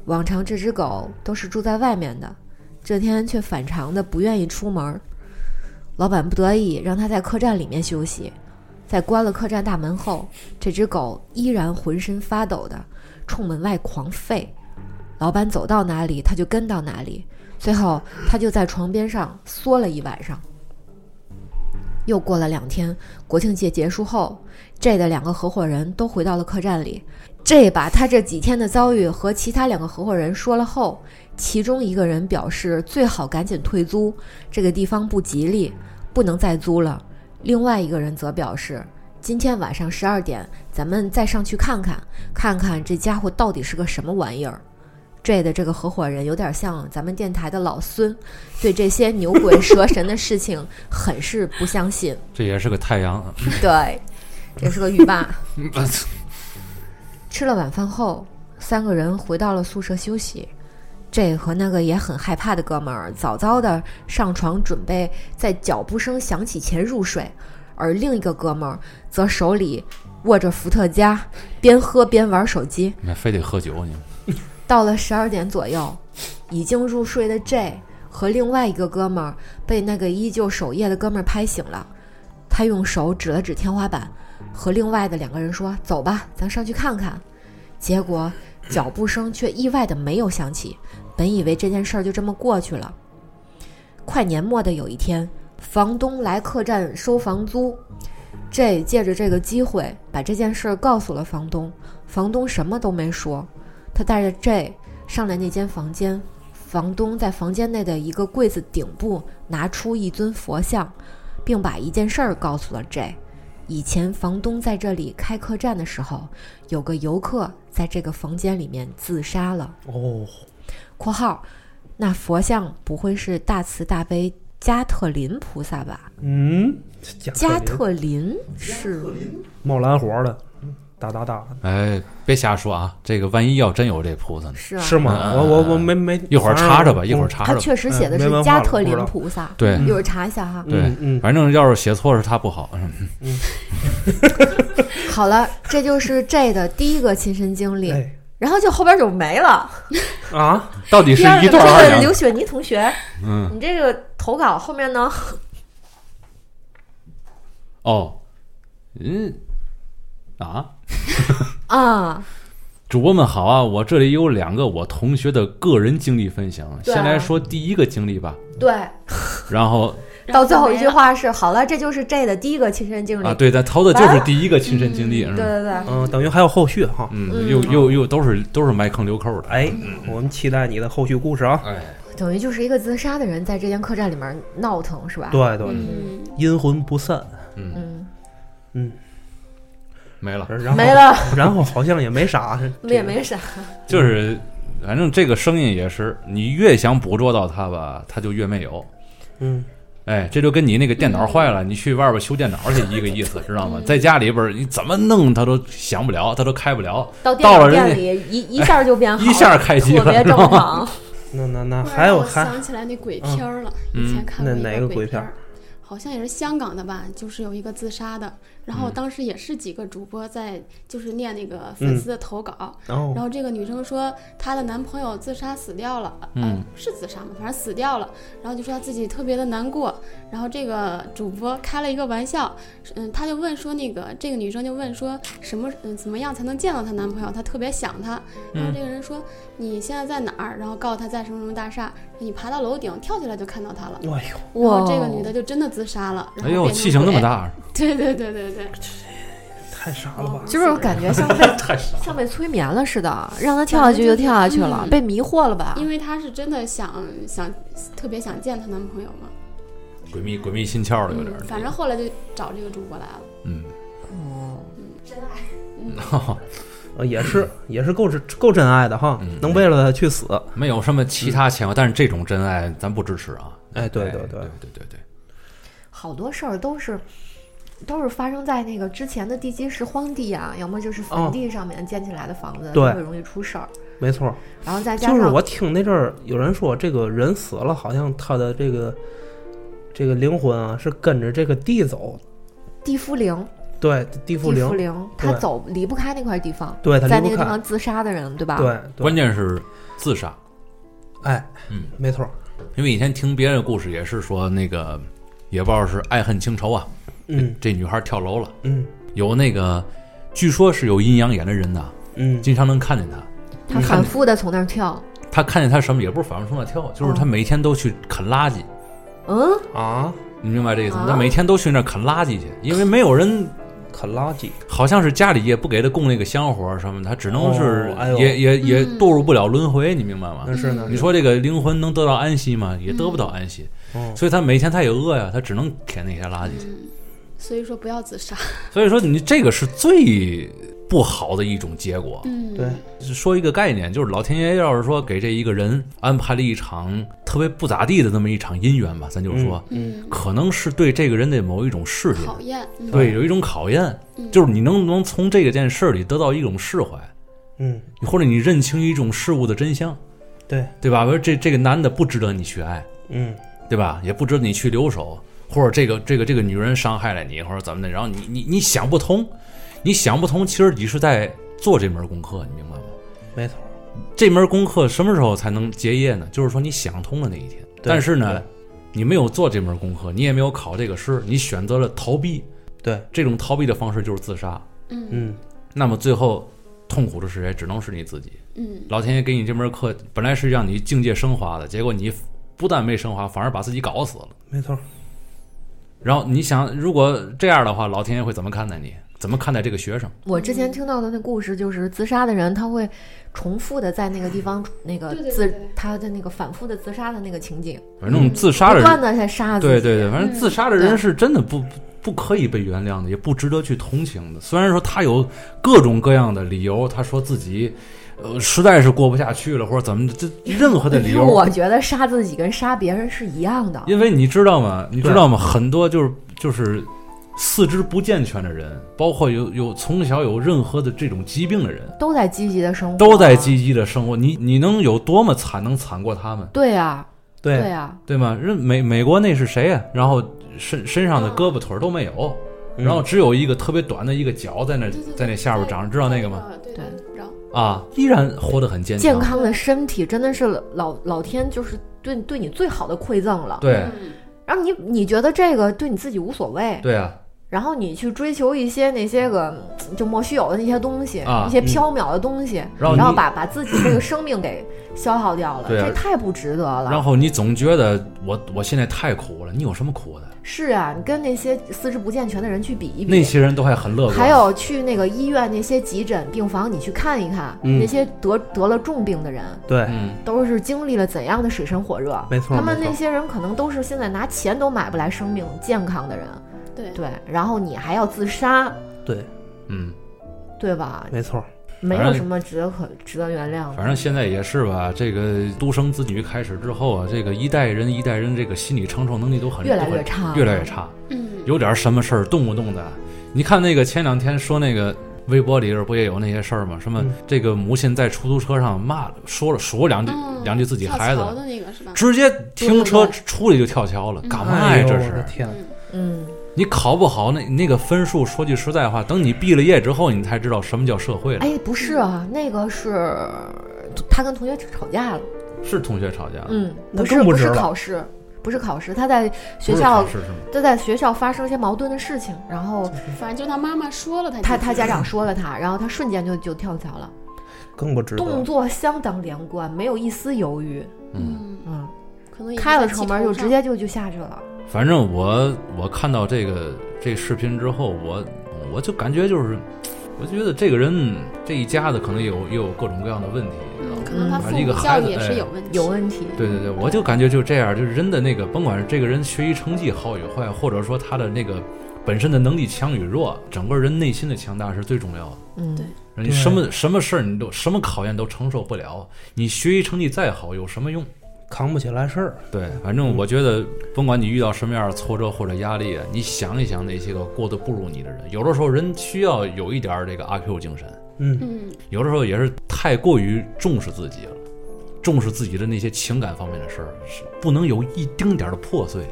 Speaker 3: 往常这只狗都是住在外面的，这天却反常的不愿意出门儿。老板不得已让它在客栈里面休息。在关了客栈大门后，这只狗依然浑身发抖的冲门外狂吠。老板走到哪里，它就跟到哪里。最后，它就在床边上缩了一晚上。又过了两天，国庆节结束后，J 的两个合伙人都回到了客栈里。J 把他这几天的遭遇和其他两个合伙人说了后，其中一个人表示最好赶紧退租，这个地方不吉利，不能再租了。另外一个人则表示，今天晚上十二点，咱们再上去看看，看看这家伙到底是个什么玩意儿。”这的这个合伙人有点像咱们电台的老孙，对这些牛鬼蛇神的事情很是不相信。
Speaker 2: 这也是个太阳啊！
Speaker 3: 对，这是个浴霸。
Speaker 2: 我操
Speaker 3: 吃了晚饭后，三个人回到了宿舍休息。这和那个也很害怕的哥们儿早早的上床，准备在脚步声响起前入睡，而另一个哥们儿则手里握着伏特加，边喝边玩手机。
Speaker 2: 你哎们非得喝酒，你们
Speaker 3: 到了十二点左右，已经入睡的 J 和另外一个哥们儿被那个依旧守夜的哥们儿拍醒了，他用手指了指天花板，和另外的两个人说：“走吧，咱上去看看。”结果脚步声却意外的没有响起，本以为这件事儿就这么过去了。快年末的有一天，房东来客栈收房租，J 借着这个机会把这件事儿告诉了房东，房东什么都没说。他带着 J 上了那间房间，房东在房间内的一个柜子顶部拿出一尊佛像，并把一件事儿告诉了 J。以前房东在这里开客栈的时候，有个游客在这个房间里面自杀了。
Speaker 1: 哦，
Speaker 3: （括号）那佛像不会是大慈大悲加特林菩萨吧？
Speaker 1: 嗯，加
Speaker 3: 加
Speaker 1: 特林
Speaker 3: 特林是
Speaker 1: 冒蓝活的，哒哒哒，
Speaker 2: 哎，别瞎说啊！这个万一要真有这菩萨呢？
Speaker 3: 是啊，
Speaker 1: 是吗？
Speaker 2: 嗯
Speaker 1: 我我我
Speaker 2: 嗯
Speaker 1: 没没，
Speaker 2: 一会儿
Speaker 1: 反
Speaker 2: 嗯
Speaker 1: 正
Speaker 2: 插着吧，
Speaker 1: 我
Speaker 2: 一会儿插
Speaker 3: 他
Speaker 2: 着吧。
Speaker 3: 确实写
Speaker 1: 嗯
Speaker 3: 的
Speaker 1: 没
Speaker 3: 是
Speaker 1: 文化
Speaker 3: 加
Speaker 1: 了
Speaker 3: 特
Speaker 1: 不知
Speaker 3: 林
Speaker 1: 道
Speaker 3: 菩萨。
Speaker 2: 对
Speaker 3: 一会儿查一下哈。
Speaker 2: 对
Speaker 1: 嗯嗯，
Speaker 2: 反正要是写错是他不好。嗯
Speaker 3: 好了，这就是 J 的第一个亲身经历，
Speaker 1: 哎
Speaker 3: 然后就后边就没了。
Speaker 1: 啊，
Speaker 2: 到底是
Speaker 3: 第二
Speaker 2: 一
Speaker 3: 个
Speaker 2: 段儿哎二
Speaker 3: 这个
Speaker 2: 两
Speaker 3: 刘？雪妮同学，
Speaker 2: 嗯，
Speaker 3: 你这个投稿后面呢？
Speaker 2: 哦，嗯，啊，
Speaker 3: 啊，
Speaker 2: 主播们好啊！我这里有两个我同学的个人经历分享，
Speaker 3: 对啊
Speaker 2: 先来说第一个经历吧。
Speaker 3: 对，
Speaker 2: 然后
Speaker 3: 到最后一句话是好了，这就是 J 的第一个亲身经历。
Speaker 2: 啊，对，咱涛的就是第一个亲身经历，
Speaker 3: 对
Speaker 2: 是吧？
Speaker 3: 对对，
Speaker 1: 嗯，等于还有后续哈。
Speaker 2: 嗯，又又又都是都是埋坑留扣的。
Speaker 1: 哎，我们期待你的后续故事啊。
Speaker 2: 哎，
Speaker 3: 等于就是一个自杀的人在这间客栈里面闹腾，是吧？
Speaker 1: 对对，
Speaker 4: 嗯，
Speaker 1: 阴魂不散，
Speaker 3: 嗯，
Speaker 2: 没了，
Speaker 1: 然后
Speaker 3: 没了，
Speaker 1: 然后好像也没啥，
Speaker 3: 也没啥。
Speaker 2: 就是反正这个声音也是，你越想捕捉到它吧，它就越没有。
Speaker 1: 嗯，
Speaker 2: 哎，这就跟你那个电脑坏了，你去外边修电脑去一个意思，知道吗？在家里边儿你怎么弄它都响不了，它都开不了，
Speaker 3: 到电
Speaker 2: 到
Speaker 3: 脑
Speaker 2: 了人
Speaker 3: 店
Speaker 2: 家
Speaker 3: 里一一下就变好了，
Speaker 2: 一下开机
Speaker 3: 特别
Speaker 2: 了，知
Speaker 3: 正
Speaker 2: 道吗？
Speaker 3: 常。
Speaker 1: 那那那
Speaker 4: 突然
Speaker 1: 啊还有
Speaker 4: 让我
Speaker 1: 还
Speaker 4: 想起来那鬼
Speaker 1: 嗯
Speaker 4: 片儿了，
Speaker 2: 嗯
Speaker 4: 以前看过
Speaker 1: 那
Speaker 4: 一
Speaker 1: 哪个鬼
Speaker 4: 鬼
Speaker 1: 片
Speaker 4: 儿
Speaker 1: 儿？
Speaker 4: 好像也是香港的吧，就是有一个自杀的，
Speaker 1: 嗯
Speaker 4: 然后当时也是几个主播在，就是念那个
Speaker 1: 嗯
Speaker 4: 粉丝的投稿，然
Speaker 1: 哦，
Speaker 2: 嗯
Speaker 4: 后这个女生说她的男朋友自杀死掉了，呃
Speaker 2: 嗯，
Speaker 4: 是自杀吗？反正死掉了，然后就说她自己特别的难过，然后这个主播开了一个玩笑，嗯，她就问说那个这个女生就问说什么嗯怎么样才能见到她男朋友？她特别想他，
Speaker 2: 嗯
Speaker 4: 然后这个人说、你现在在哪儿？然后告诉她在什么什么大厦，你爬到楼顶跳起来就看到她了。
Speaker 1: 哎呦，
Speaker 4: 然
Speaker 3: 哇
Speaker 4: 后，这个女的就真的自杀了，然
Speaker 2: 哎
Speaker 4: 后
Speaker 2: 呦，
Speaker 4: 嗯变成
Speaker 2: 气性那么
Speaker 4: 鬼，
Speaker 2: 大，
Speaker 4: 对对对对对，
Speaker 1: 太傻了吧？
Speaker 3: 就是感觉像被像被催眠了似的，让他跳下去就跳下去了，
Speaker 4: 嗯
Speaker 3: 被迷惑了吧？
Speaker 4: 因为她是真的想想特别想见她男朋友嘛，
Speaker 2: 鬼迷鬼迷心窍了，有点儿。
Speaker 4: 嗯，反正后来就找这个主播来了。
Speaker 2: 嗯，
Speaker 3: 哦，
Speaker 1: 呃也是也是够真够真爱的哈，
Speaker 2: 嗯
Speaker 1: 能为了他去死，
Speaker 2: 没有什么其他前后，但是这种真爱咱不支持啊。
Speaker 1: 哎对对
Speaker 2: 对
Speaker 1: 对
Speaker 2: 对对对，
Speaker 3: 好多事儿都是都是发生在那个之前的地基拾荒地啊，要么就是坟地上面建起来的房子，
Speaker 1: 哦对
Speaker 3: 特别容易出事儿。
Speaker 1: 没错。
Speaker 3: 然后再加
Speaker 1: 就是
Speaker 3: 上
Speaker 1: 我听那阵儿有人说，这个人死了，好像他的这个这个灵魂啊是跟着这个地走，
Speaker 3: 地缚灵，
Speaker 1: 对地
Speaker 3: 地
Speaker 1: 缚灵，
Speaker 3: 灵，他
Speaker 1: 对
Speaker 3: 走离不开那块地方，
Speaker 1: 对他
Speaker 3: 在
Speaker 1: 离
Speaker 3: 那
Speaker 1: 不
Speaker 3: 个地
Speaker 1: 开
Speaker 3: 方，自杀的人，对吧？
Speaker 1: 对对，
Speaker 2: 关键是自杀，
Speaker 1: 哎，
Speaker 2: 嗯，
Speaker 1: 没错，
Speaker 2: 因为以前听别人的故事也是说那个，也不知道是爱恨情仇啊，
Speaker 1: 嗯
Speaker 2: 这女孩跳楼了，
Speaker 1: 嗯
Speaker 2: 有那个，据说是有阴阳眼的人呐，
Speaker 1: 嗯，
Speaker 2: 经常能看见她。
Speaker 3: 他反复的从那儿跳，
Speaker 2: 她看见她什么也不是反复冲她跳，就是她
Speaker 3: 哦
Speaker 2: 每天都去啃垃圾，
Speaker 3: 嗯，
Speaker 1: 啊，
Speaker 2: 你明白这意思吗？
Speaker 3: 啊
Speaker 2: 她每天都去那儿啃垃圾去，因为没有人
Speaker 1: 啃垃圾，
Speaker 2: 好像是家里也不给他供那个香火什么的，他只能是
Speaker 1: 哦哎呦
Speaker 2: 也也也
Speaker 4: 嗯
Speaker 2: 堕入不了轮回，你明白吗
Speaker 1: 那？是呢，
Speaker 2: 啊你说这个灵魂能得到安息吗？也得不到安息，
Speaker 1: 哦
Speaker 2: 所以他每天他也饿呀，他只能舔那些垃圾去。
Speaker 4: 嗯，所以说不要自杀。
Speaker 2: 所以说你这个是最不好的一种结果。
Speaker 4: 嗯，
Speaker 1: 对，
Speaker 2: 说一个概念，就是老天爷要是说给这一个人安排了一场特别不咋地的这么一场姻缘吧，咱就是说，
Speaker 4: 嗯，
Speaker 2: 可能是对这个人的某一种试炼，
Speaker 4: 讨厌，嗯
Speaker 2: 对，有一种考验，
Speaker 4: 嗯
Speaker 2: 就是你能不能从这个件事儿里得到一种释怀，
Speaker 1: 嗯，
Speaker 2: 或者你认清一种事物的真相，
Speaker 1: 对，
Speaker 2: 对吧？比如这这个男的不值得你去爱，
Speaker 1: 嗯，
Speaker 2: 对吧？也不值得你去留守，或者这个这个这个女人伤害了你，或者怎么的，然后你你你想不通，你想不通，其实你是在做这门功课，你明白吗？
Speaker 1: 没错，
Speaker 2: 这门功课什么时候才能结业呢？就是说你想通了那一天。
Speaker 1: 对
Speaker 2: 但是呢，你没有做这门功课，你也没有考这个试，你选择了逃避。
Speaker 1: 对，
Speaker 2: 这种逃避的方式就是自杀。
Speaker 4: 嗯
Speaker 1: 嗯，
Speaker 2: 那么最后痛苦的是谁？只能是你自己。
Speaker 4: 嗯
Speaker 2: 老天爷给你这门课，本来是让你境界升华的，结果你不但没升华，反而把自己搞死了。
Speaker 1: 没错，
Speaker 2: 然后你想，如果这样的话，老天爷会怎么看待你？怎么看待这个学生？
Speaker 3: 我之前听到的那故事就是，自杀的人他会重复的在那个地方那个
Speaker 4: 对对
Speaker 3: 自
Speaker 4: 对对
Speaker 3: 他的那个反复的自杀的那个情景，
Speaker 2: 反正自杀
Speaker 3: 不
Speaker 2: 的
Speaker 3: 断
Speaker 2: 人，
Speaker 3: 的在杀自己。
Speaker 2: 对对对，反正
Speaker 4: 嗯
Speaker 2: 自杀的人
Speaker 3: 对
Speaker 2: 是真的不不可以被原谅的，也不值得去同情的。虽然说他有各种各样的理由，他说自己。呃，实在是过不下去了，或者怎么的，这任何的理
Speaker 3: 因为
Speaker 2: 由，
Speaker 3: 我觉得杀自己跟杀别人是一样的。
Speaker 2: 因为你知道吗？你知道吗？很多就是就是四肢不健全的人，包括有有从小有任何的这种疾病的人，
Speaker 3: 都在积极的生活，
Speaker 2: 都在。积极的生活。你你能有多么惨，能惨过他们，
Speaker 3: 对啊，对
Speaker 1: 对，
Speaker 3: 啊，
Speaker 2: 对吗？人美美国那是谁呀、啊然后身身上的胳膊腿儿都没有，
Speaker 1: 嗯
Speaker 2: 然后只有一个特别短的一个脚在那
Speaker 4: 对对对
Speaker 2: 在那下边长，知道那个吗？？
Speaker 4: 对，
Speaker 3: 对
Speaker 4: 知道。
Speaker 2: 啊，依然活得很坚
Speaker 3: 健
Speaker 2: 强。
Speaker 3: 康的身体真的是老老天就是对对你最好的馈赠了。
Speaker 2: 对
Speaker 4: 嗯
Speaker 3: 然后你你觉得这个对你自己无所谓，
Speaker 2: 对啊，
Speaker 3: 然后你去追求一些那些个嗯就莫须有的那些东西，
Speaker 2: 啊
Speaker 3: 一些缥缈的东西，
Speaker 2: 然后你
Speaker 3: 然后把把自己这个生命给消耗掉了，
Speaker 2: 对啊
Speaker 3: 这太不值得
Speaker 2: 然
Speaker 3: 了。
Speaker 2: 后你总觉得我我现在太苦了，你有什么苦的？
Speaker 3: 是啊，你跟那些四肢不健全的人去比一比，
Speaker 2: 那些人都还很乐观，
Speaker 3: 还有去那个医院那些急诊病房，你去看一看、
Speaker 1: 嗯
Speaker 3: 那些得得了重病的人，
Speaker 1: 对，
Speaker 2: 嗯，
Speaker 3: 都是经历了怎样的水深火热？
Speaker 1: 没错
Speaker 3: 他们
Speaker 1: 没错
Speaker 3: 那些人可能都是现在拿钱都买不来生命健康的人，
Speaker 4: 对
Speaker 3: 对，然后你还要自杀，
Speaker 1: 对，
Speaker 2: 嗯。
Speaker 3: 对吧？
Speaker 1: 没错，
Speaker 3: 没
Speaker 2: 反
Speaker 3: 有
Speaker 2: 正
Speaker 3: 什么值得可值得原谅的。
Speaker 2: 反正现在也是吧，这个独生子女开始之后啊，这个一代人一代人这个心理承受能力都很
Speaker 3: 越来
Speaker 2: 都很
Speaker 3: 越差
Speaker 2: 越来越差，
Speaker 4: 嗯，
Speaker 2: 有点什么事儿动不动的。你看那个前两天说那个微博里边不也有那些事儿吗？什么
Speaker 1: 嗯
Speaker 2: 这个母亲在出租车上骂了说了数了两句、
Speaker 4: 嗯
Speaker 2: 两句自己
Speaker 4: 跳
Speaker 2: 孩子
Speaker 4: 槽，的那个是吧？
Speaker 2: 直接停车
Speaker 3: 对
Speaker 2: 出来就跳桥了，
Speaker 4: 嗯
Speaker 2: 干嘛
Speaker 1: 哎
Speaker 2: 呀？
Speaker 1: 呦
Speaker 2: 这
Speaker 1: 我的
Speaker 2: 是
Speaker 1: 天，
Speaker 4: 嗯
Speaker 3: 嗯，
Speaker 2: 你考不好那那个分数，说句实在话，等你毕了业之后，你才知道什么叫社会了。
Speaker 3: 哎，不是啊，那个是他跟同学吵架了，
Speaker 2: 是同学吵架，，
Speaker 3: 嗯，
Speaker 1: 那
Speaker 3: 不是
Speaker 1: 更不
Speaker 3: 不
Speaker 1: 值
Speaker 3: 是
Speaker 1: 了
Speaker 3: 考试，不是考试，他在学
Speaker 2: 不是
Speaker 3: 校
Speaker 2: 考试是嗯吗？
Speaker 3: 就在学校发生一些矛盾的事情，然后
Speaker 4: 反正就他妈妈说了他
Speaker 3: 他
Speaker 4: 就
Speaker 3: 他家长说了他，然后他瞬间就就跳槽了，
Speaker 1: 更不值
Speaker 3: 动
Speaker 1: 得，
Speaker 3: 作相当连贯，没有一丝犹豫，
Speaker 2: 嗯。
Speaker 4: 嗯，
Speaker 3: 嗯，
Speaker 4: 可能也
Speaker 3: 开了
Speaker 4: 是在
Speaker 3: 车
Speaker 4: 气
Speaker 3: 门就
Speaker 4: 头
Speaker 3: 直
Speaker 4: 上
Speaker 3: 接就就下去了。
Speaker 2: 反正我我看到这个这视频之后，我我就感觉就是，我觉得这个人这一家子可能也有也有各种各样的问题，你知道
Speaker 4: 嗯，
Speaker 2: 吗？
Speaker 4: 可能他
Speaker 3: 嗯
Speaker 4: 父
Speaker 2: 一
Speaker 4: 母
Speaker 2: 个孩
Speaker 4: 教
Speaker 2: 子
Speaker 4: 育也
Speaker 2: 哎
Speaker 4: 是有问题，
Speaker 3: 有问题，
Speaker 2: 对对对，我就感觉就这样，就是人的那个，甭管是这个人学习成绩好与坏，或者说他的那个本身的能力强与弱，整个人内心的强大是最重要的。
Speaker 3: 嗯，
Speaker 4: 对
Speaker 2: 你什么什么事儿你都什么考验都承受不了，你学习成绩再好有什么用？
Speaker 1: 扛不起来事儿，
Speaker 2: 对，反正我觉得，甭管你遇到什么样的挫折或者压力，你想一想那些个过得不如你的人，有的时候人需要有一点儿这个阿 Q 精神，
Speaker 1: 嗯，
Speaker 4: 嗯
Speaker 2: 有的时候也是太过于重视自己了，重视自己的那些情感方面的事儿，是不能有一丁点儿的破碎。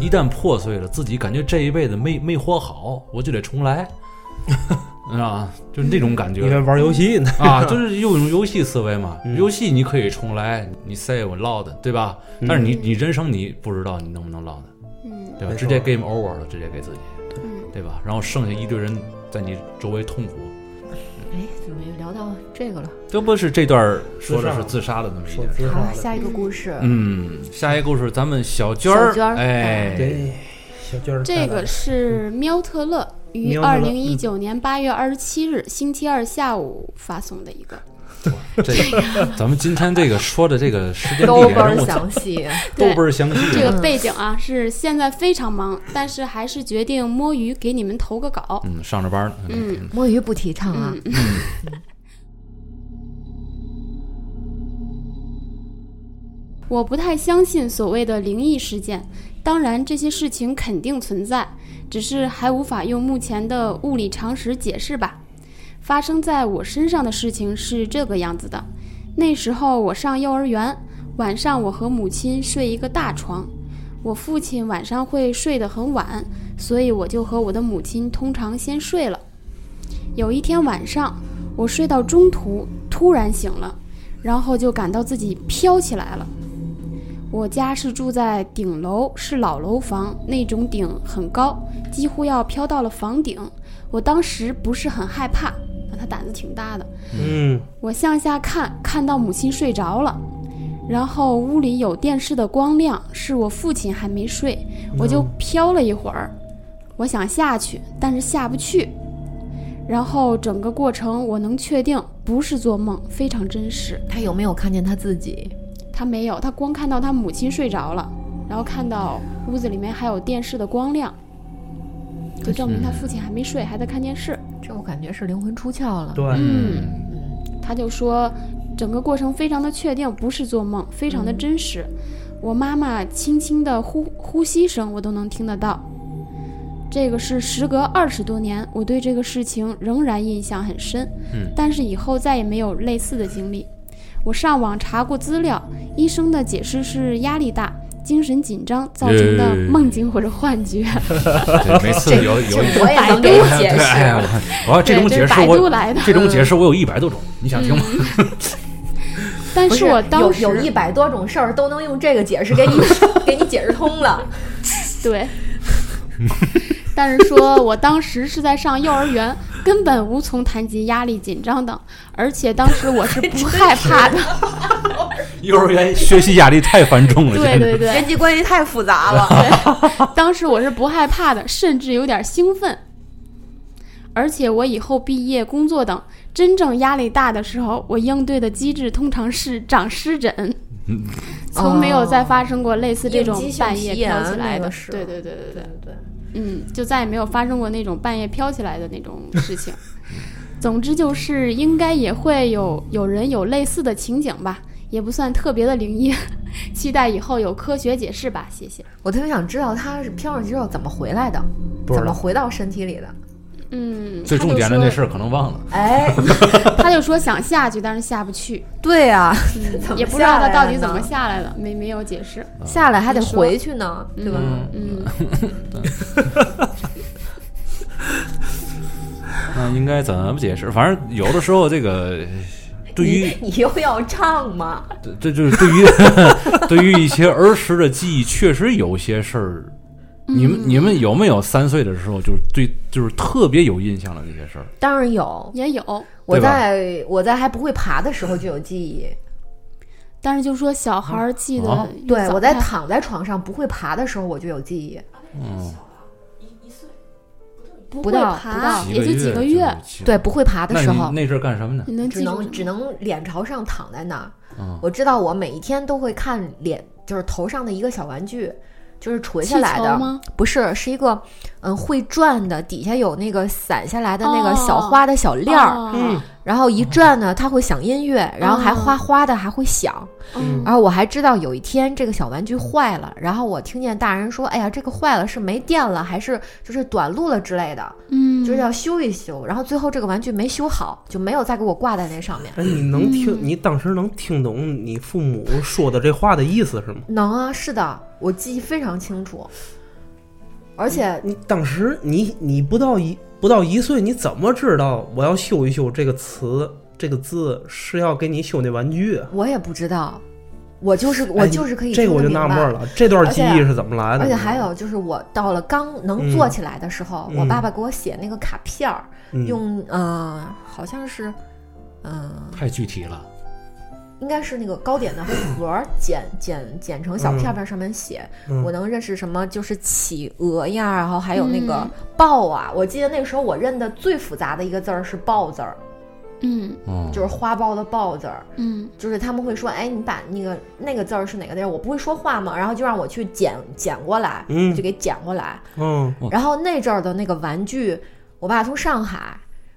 Speaker 2: 一旦破碎了，自己感觉这一辈子没没活好，我就得重来， 啊，就是那种感觉。
Speaker 1: 因为玩游戏呢，
Speaker 2: 啊，就是用游戏思维嘛。
Speaker 1: 嗯
Speaker 2: 游戏你可以重来，你 save load，对吧？
Speaker 1: 嗯
Speaker 2: 但是你你人生你不知道你能不能 load，
Speaker 4: 嗯
Speaker 2: 对吧？
Speaker 1: 没错
Speaker 2: 直接 game over 了，直接给自己，
Speaker 4: 嗯，
Speaker 2: 对吧？然后剩下一堆人在你周围痛苦，
Speaker 3: 哎，怎么又聊到这个了？
Speaker 2: 这不是这段儿说的
Speaker 1: 自杀
Speaker 2: 是自杀的那么一
Speaker 1: 说
Speaker 2: 件事。
Speaker 1: 自
Speaker 3: 好，
Speaker 1: 杀
Speaker 3: 下
Speaker 1: 了，
Speaker 3: 一个故事，
Speaker 2: 嗯，下一个故事咱们小娟儿，
Speaker 3: 小娟儿
Speaker 2: 哎，
Speaker 1: 对，小娟儿带来
Speaker 4: 这
Speaker 1: 了，
Speaker 4: 个是喵特勒于
Speaker 1: 喵特
Speaker 3: 嗯
Speaker 4: 二
Speaker 1: 勒
Speaker 4: 零一九年八月二十七日星期二下午发送的一个，
Speaker 2: 这个咱们今天这个说的这个时 间
Speaker 3: 都
Speaker 2: 地
Speaker 3: 倍
Speaker 2: 点，
Speaker 3: 儿
Speaker 2: 我操
Speaker 3: 详细，
Speaker 2: 都
Speaker 4: 对
Speaker 2: 倍儿详细。
Speaker 4: 这个背景啊，是现在非常忙，但是还是决定摸鱼给你们投个稿。
Speaker 2: 嗯，上着班呢。
Speaker 4: 嗯，
Speaker 3: 摸鱼不提倡啊。
Speaker 4: 嗯，我不太相信所谓的灵异事件，当然这些事情肯定存在，只是还无法用目前的物理常识解释吧。发生在我身上的事情是这个样子的：那时候我上幼儿园，晚上我和母亲睡一个大床，我父亲晚上会睡得很晚，所以我就和我的母亲通常先睡了。有一天晚上，我睡到中途突然醒了，然后就感到自己飘起来了。我家是住在顶楼，是老楼房，那种顶很高，几乎要飘到了房顶。我当时不是很害怕，啊，他胆子挺大的。
Speaker 1: 嗯，
Speaker 4: 我向下看，看到母亲睡着了，然后屋里有电视的光亮，是我父亲还没睡，我就飘了一会儿。我想下去，但是下不去。然后整个过程我能确定不是做梦，非常真实。
Speaker 3: 他有没有看见他自己？
Speaker 4: 他没有，他光看到他母亲睡着了，然后看到屋子里面还有电视的光亮，就证明他父亲还没睡，还在看电视。
Speaker 3: 这我感觉是灵魂出窍了。
Speaker 1: 对，
Speaker 2: 嗯，
Speaker 4: 他就说整个过程非常的确定，不是做梦，非常的真实。我妈妈轻轻的呼呼吸声我都能听得到。这个是时隔二十多年，我对这个事情仍然印象很深，
Speaker 2: 嗯
Speaker 4: 但是以后再也没有类似的经历。我上网查过资料，医生的解释是压力大、精神紧张造成的
Speaker 2: 耶
Speaker 4: 梦境或者幻觉。
Speaker 2: 对，每次有有 一
Speaker 3: 我也能给你解
Speaker 2: 对，哎呀，
Speaker 3: 释。
Speaker 2: 我我要 这
Speaker 4: 对
Speaker 2: 种
Speaker 4: 这
Speaker 2: 解
Speaker 4: 是
Speaker 2: 释
Speaker 4: 百度
Speaker 2: 我
Speaker 4: 来
Speaker 3: 哎
Speaker 4: 的，
Speaker 2: 这种解释我有一百多种，你想听吗？
Speaker 3: 嗯
Speaker 4: 但
Speaker 3: 不
Speaker 4: 是我当时
Speaker 3: 有有一百多种事儿都能用这个解释给 你给你解释通了。
Speaker 4: 对。但是说我当时是在上幼儿园，根本无从谈及压力、紧张等，而且当时我是不害怕的。
Speaker 2: 幼儿园 学习压力太繁重了，
Speaker 4: 对
Speaker 2: 现在
Speaker 4: 对对，
Speaker 3: 际关系太复杂了。
Speaker 4: 当时我是不害怕的，甚至有点兴奋。而且我以后毕业、工作等真正压力大的时候，我应对的机制通常是长湿疹，从没有再发生过类似这种
Speaker 3: 哦应激性
Speaker 4: 半
Speaker 3: 皮
Speaker 4: 夜
Speaker 3: 炎
Speaker 4: 飘起来
Speaker 3: 那
Speaker 4: 的
Speaker 3: 个。是
Speaker 4: 对对对对对
Speaker 3: 对。对，
Speaker 4: 嗯，就再也没有发生过那种半夜飘起来的那种事 情。总之就是应该也会有有人有类似的情景吧，也不算特别的灵异。期待以后有科学解释吧，谢谢。
Speaker 3: 我特别想知道他是飘上去之后怎么回来的，
Speaker 1: 不知
Speaker 3: 怎么
Speaker 1: 道，
Speaker 3: 回到身体里的。
Speaker 4: 嗯，
Speaker 2: 最重点的那事儿可能忘了。
Speaker 3: 哎，
Speaker 4: 儿，他就说想下去，但是下不去，
Speaker 3: 对啊呀、
Speaker 4: 嗯
Speaker 3: 怎么
Speaker 4: 也不知道他到底
Speaker 3: 下来的呢哦
Speaker 4: 怎么下来的，没没有解释。
Speaker 3: 下来还得
Speaker 4: 你说
Speaker 3: 回去呢，对吧？
Speaker 2: 嗯
Speaker 4: 嗯，
Speaker 2: 那应该怎么解释？反正有的时候这个，对于
Speaker 3: 你你又要唱吗？
Speaker 2: 这就是对 于对于一些儿时的记忆，确实有些事儿。你
Speaker 3: 嗯
Speaker 2: 们你们有没有三岁的时候就是对就是特别有印象的那些事儿？
Speaker 3: 当然有，
Speaker 4: 也有，
Speaker 3: 我
Speaker 2: 对吧
Speaker 3: 在我在还不会爬的时候就有记忆。
Speaker 4: 但是就说小孩儿记得、
Speaker 2: 啊
Speaker 3: 对，我在躺在床上不会爬的时候，我就有记忆。
Speaker 2: 嗯
Speaker 4: 不
Speaker 3: 不
Speaker 4: 会
Speaker 3: 到不
Speaker 4: 爬
Speaker 3: 到，
Speaker 4: 也就几
Speaker 2: 个
Speaker 4: 个月。
Speaker 2: 就，
Speaker 3: 对，不会爬的
Speaker 2: 那
Speaker 3: 时
Speaker 2: 你
Speaker 3: 候，嗯
Speaker 2: 那阵儿干什么呢？
Speaker 4: 你能
Speaker 3: 只
Speaker 4: 记住
Speaker 3: 能只能脸朝上躺在那儿。
Speaker 2: 嗯
Speaker 3: 我知道，我每一天都会看脸，就是头上的一个小玩具，就是垂
Speaker 4: 气
Speaker 3: 下来
Speaker 4: 球
Speaker 3: 的，
Speaker 4: 吗？
Speaker 3: 不是，是一个嗯会转的，底下有那个散下来的那个
Speaker 4: 哦
Speaker 3: 小花的小链儿，
Speaker 4: 哦
Speaker 1: 嗯，
Speaker 3: 然后一转呢，它会响音乐，然后还
Speaker 4: 哦
Speaker 3: 哗哗的还会响。
Speaker 4: 嗯
Speaker 3: 然后我还知道有一天这个小玩具坏了，然后我听见大人说：“哎呀，这个坏了是没电了，还是就是短路了之类的，
Speaker 4: 嗯，
Speaker 3: 就是要修一修。”然后最后这个玩具没修好，就没有再给我挂在那上面。
Speaker 1: 哎，你能
Speaker 3: 嗯
Speaker 1: 听，你当时能听懂你父母说的这话的意思是吗？
Speaker 3: 能啊，是的，我记忆非常清楚，而且
Speaker 1: 你当时你你不到一不到一岁，你怎么知道我要修一修这个词这个字是要给你修那玩具啊？
Speaker 3: 我也不知道，我就是我
Speaker 1: 哎你
Speaker 3: 就是可以
Speaker 1: 这个
Speaker 3: 听
Speaker 1: 我
Speaker 3: 得
Speaker 1: 就纳
Speaker 3: 明
Speaker 1: 闷
Speaker 3: 白。
Speaker 1: 了，这段
Speaker 3: 而
Speaker 1: 记
Speaker 3: 且
Speaker 1: 忆是怎么来的？
Speaker 3: 而且还有就是，我到了刚能坐起来的时候，
Speaker 1: 嗯
Speaker 3: 我爸爸给我写那个卡片儿，
Speaker 1: 嗯
Speaker 3: 用呃，好像是，嗯、
Speaker 2: 太具体了，
Speaker 3: 应该是那个糕点的盒儿剪剪剪成小片片，上面写、
Speaker 1: 嗯
Speaker 3: 我能认识什么，就是企鹅呀，然后还有那个
Speaker 4: 嗯
Speaker 3: 豹啊。我记得那个时候我认的最复杂的一个字儿是豹字儿，
Speaker 4: 嗯
Speaker 2: 哦，
Speaker 3: 就是花苞的苞字儿，
Speaker 4: 嗯
Speaker 3: 就是他们会说，哎，你把那个那个字儿是哪个字儿？我不会说话嘛，然后就让我去捡捡过来，
Speaker 1: 嗯
Speaker 3: 就给捡过来。
Speaker 1: 嗯
Speaker 2: 哦
Speaker 3: 然后那阵儿的那个玩具，我爸从上海